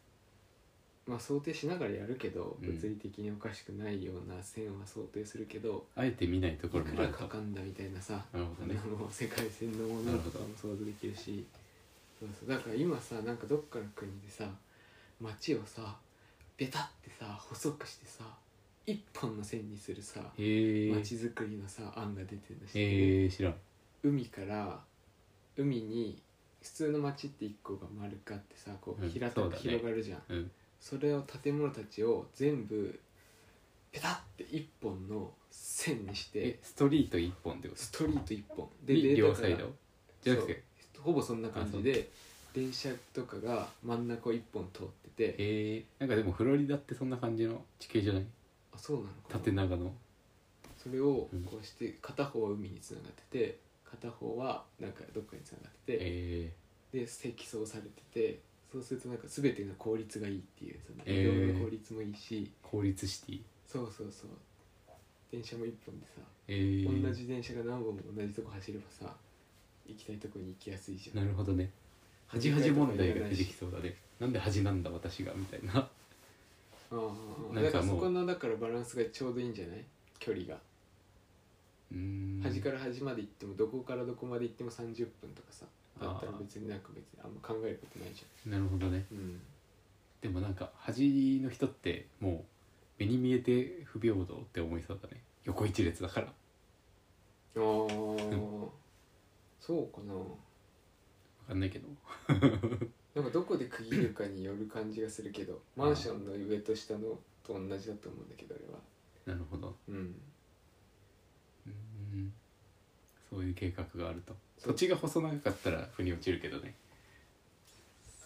[SPEAKER 2] まあ、想定しながらやるけど、
[SPEAKER 1] うん
[SPEAKER 2] 物理的におかしくないような線は想定するけど
[SPEAKER 1] あえて見ないとこ
[SPEAKER 2] い
[SPEAKER 1] ろ
[SPEAKER 2] く
[SPEAKER 1] もあ
[SPEAKER 2] ら
[SPEAKER 1] ると
[SPEAKER 2] かかんだみたいなさ
[SPEAKER 1] なるほどね
[SPEAKER 2] もう世界線のものとかも想像できるしそうそうだから今さなんかどっかの国でさ街をさベタってさ細くしてさ一本の線にするさ
[SPEAKER 1] えー、
[SPEAKER 2] 街づくりのさ案が出てるの知ってる
[SPEAKER 1] えー、知らん
[SPEAKER 2] 海から海に普通の街って一個が丸かってさこ
[SPEAKER 1] う
[SPEAKER 2] うん平た
[SPEAKER 1] そう
[SPEAKER 2] く
[SPEAKER 1] だね
[SPEAKER 2] 広がるじゃん、
[SPEAKER 1] うん
[SPEAKER 2] それを建物たちを全部ペタって一本の線にし
[SPEAKER 1] え
[SPEAKER 2] て
[SPEAKER 1] ストリート一本ってこと
[SPEAKER 2] ストリート一本
[SPEAKER 1] で
[SPEAKER 2] データ
[SPEAKER 1] 両
[SPEAKER 2] か
[SPEAKER 1] サ
[SPEAKER 2] ら
[SPEAKER 1] イドじゃなくて
[SPEAKER 2] そうほぼそんな感じで電車とかが真ん中を一本通ってて
[SPEAKER 1] えー、なんかでもフロリダってそんな感じの地形じゃない
[SPEAKER 2] あそうなのかな
[SPEAKER 1] 縦長の
[SPEAKER 2] それを
[SPEAKER 1] うん
[SPEAKER 2] こうして片方は海につながってて片方はなんかどっかにつながってて、
[SPEAKER 1] え
[SPEAKER 2] で積層されててそうするとなんか全ての効率がいいっていうその
[SPEAKER 1] え
[SPEAKER 2] 移
[SPEAKER 1] ー
[SPEAKER 2] 動の効率もいいし、
[SPEAKER 1] ー、公立シティ
[SPEAKER 2] そうそうそう電車も一本でさ、
[SPEAKER 1] えー、
[SPEAKER 2] 同じ電車が何本も同じとこ走ればさ行きたいとこに行きやすいじゃん
[SPEAKER 1] なるほどね
[SPEAKER 2] 恥
[SPEAKER 1] 恥
[SPEAKER 2] じ
[SPEAKER 1] 恥
[SPEAKER 2] らい
[SPEAKER 1] じ問
[SPEAKER 2] とか
[SPEAKER 1] 題が出てきそうだねなんで恥なんだ私がみたい な
[SPEAKER 2] ああああ
[SPEAKER 1] な
[SPEAKER 2] だ
[SPEAKER 1] ん
[SPEAKER 2] か
[SPEAKER 1] から
[SPEAKER 2] そ
[SPEAKER 1] もう
[SPEAKER 2] このだからバランスがちょうどいいんじゃない距離が
[SPEAKER 1] うーん
[SPEAKER 2] 端から端まで行ってもどこからどこまで行っても30分とかさだったら
[SPEAKER 1] あー
[SPEAKER 2] 別になんか別にあんま考えることないじ
[SPEAKER 1] なるほどね
[SPEAKER 2] ゃんうん
[SPEAKER 1] でもなんか恥の人ってもう目に見えて不平等って思いそうだね横一列だから
[SPEAKER 2] ああそうかな
[SPEAKER 1] 分かんないけど
[SPEAKER 2] なんかどこで区切るかによる感じがするけどマンションの上と下のと同じだと思うんだけどあれは
[SPEAKER 1] なるほど
[SPEAKER 2] うん
[SPEAKER 1] うんそういう計画があると
[SPEAKER 2] そう
[SPEAKER 1] 土地が細長かったら腑に落ちるけどね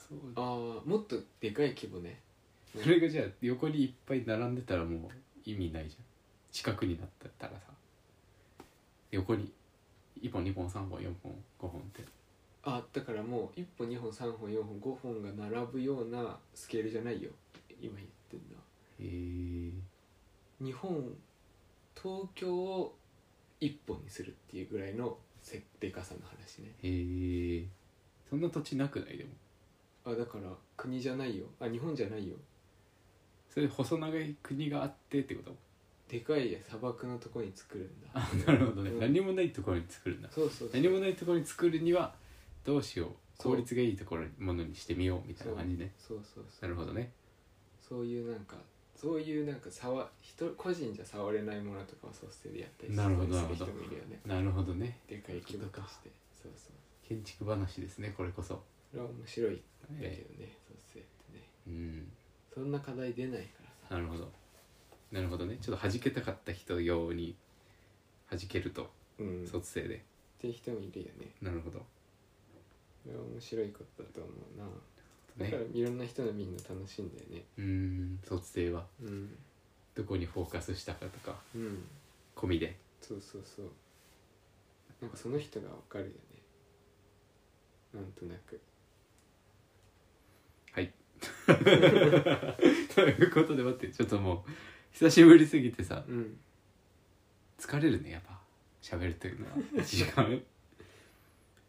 [SPEAKER 1] そう
[SPEAKER 2] ああもっとでかい規模ね
[SPEAKER 1] それがじゃあ横にいっぱい並んでたらもう意味ないじゃん近くになったらさ横に1本2本3本4本5本って
[SPEAKER 2] あだからもう1本2本3本4本5本が並ぶようなスケールじゃないよ今言ってんのは
[SPEAKER 1] えー、
[SPEAKER 2] 日本東京を1本にするっていうぐらいのせでかさの話ね
[SPEAKER 1] えー、そんな土地なくないでも
[SPEAKER 2] あだから国じゃないよあ日本じゃないよ
[SPEAKER 1] それ細長い国があってってこと
[SPEAKER 2] でかい砂漠のとこに作るんだ
[SPEAKER 1] あ なるほどね、
[SPEAKER 2] うん
[SPEAKER 1] 何もないところに作るんだ
[SPEAKER 2] そうそうそう
[SPEAKER 1] 何もないところに作るにはどうしよう
[SPEAKER 2] そう
[SPEAKER 1] 効率がいいところにものにしてみようみたいな感じね
[SPEAKER 2] そうそうそう
[SPEAKER 1] なるほどね
[SPEAKER 2] そういうなんかそういうなんか触人個人じゃ触れないものとかを率先でやったり
[SPEAKER 1] なるほど
[SPEAKER 2] する人
[SPEAKER 1] なる
[SPEAKER 2] もいるよね
[SPEAKER 1] なるほどね
[SPEAKER 2] でかい規模としてそうそう
[SPEAKER 1] 建築話ですねこれこそ、
[SPEAKER 2] それは面白いんだけどね
[SPEAKER 1] え
[SPEAKER 2] 率先ってね
[SPEAKER 1] ーうん
[SPEAKER 2] そんな課題出ないからさ
[SPEAKER 1] なるほどなるほどねちょっと弾けたかった人用に弾けると
[SPEAKER 2] うんっ
[SPEAKER 1] 卒生で、
[SPEAKER 2] て人もいるよね
[SPEAKER 1] なるほど、
[SPEAKER 2] それは面白いことだと思うなだから
[SPEAKER 1] ね、
[SPEAKER 2] いろんな人のみんな楽しいんだよね
[SPEAKER 1] うん卒生は
[SPEAKER 2] うん
[SPEAKER 1] どこにフォーカスしたかとか
[SPEAKER 2] うん
[SPEAKER 1] 込みで
[SPEAKER 2] そうそうそうなんかその人がわかるよねなんとなく
[SPEAKER 1] はいということで待ってちょっともう久しぶりすぎてさ
[SPEAKER 2] うん
[SPEAKER 1] 疲れるねやっぱ喋るというのは1時間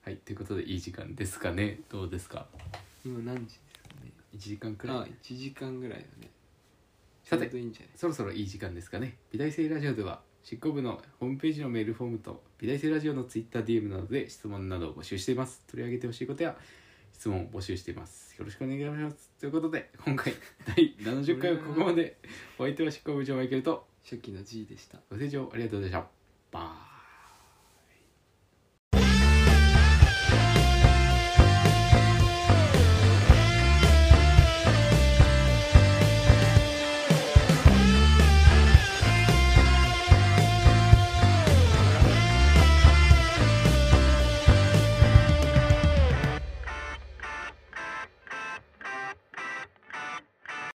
[SPEAKER 1] はいということでいい時間ですかねどうですか
[SPEAKER 2] 今何時ですかね
[SPEAKER 1] 1時間くらい
[SPEAKER 2] あ1時間ぐらいだねち
[SPEAKER 1] さ
[SPEAKER 2] ょう
[SPEAKER 1] て
[SPEAKER 2] どいいんじゃない
[SPEAKER 1] そろそろいい時間ですかね美大生ラジオでは執行部のホームページのメールフォームと美大生ラジオのツイッター DM などで質問などを募集しています取り上げてほしいことや質問を募集していますよろしくお願いしますということで今回第70回はここまでお相手は執行部長マイケルと
[SPEAKER 2] 初期の G でした
[SPEAKER 1] ご清聴ありがとうございましたバイ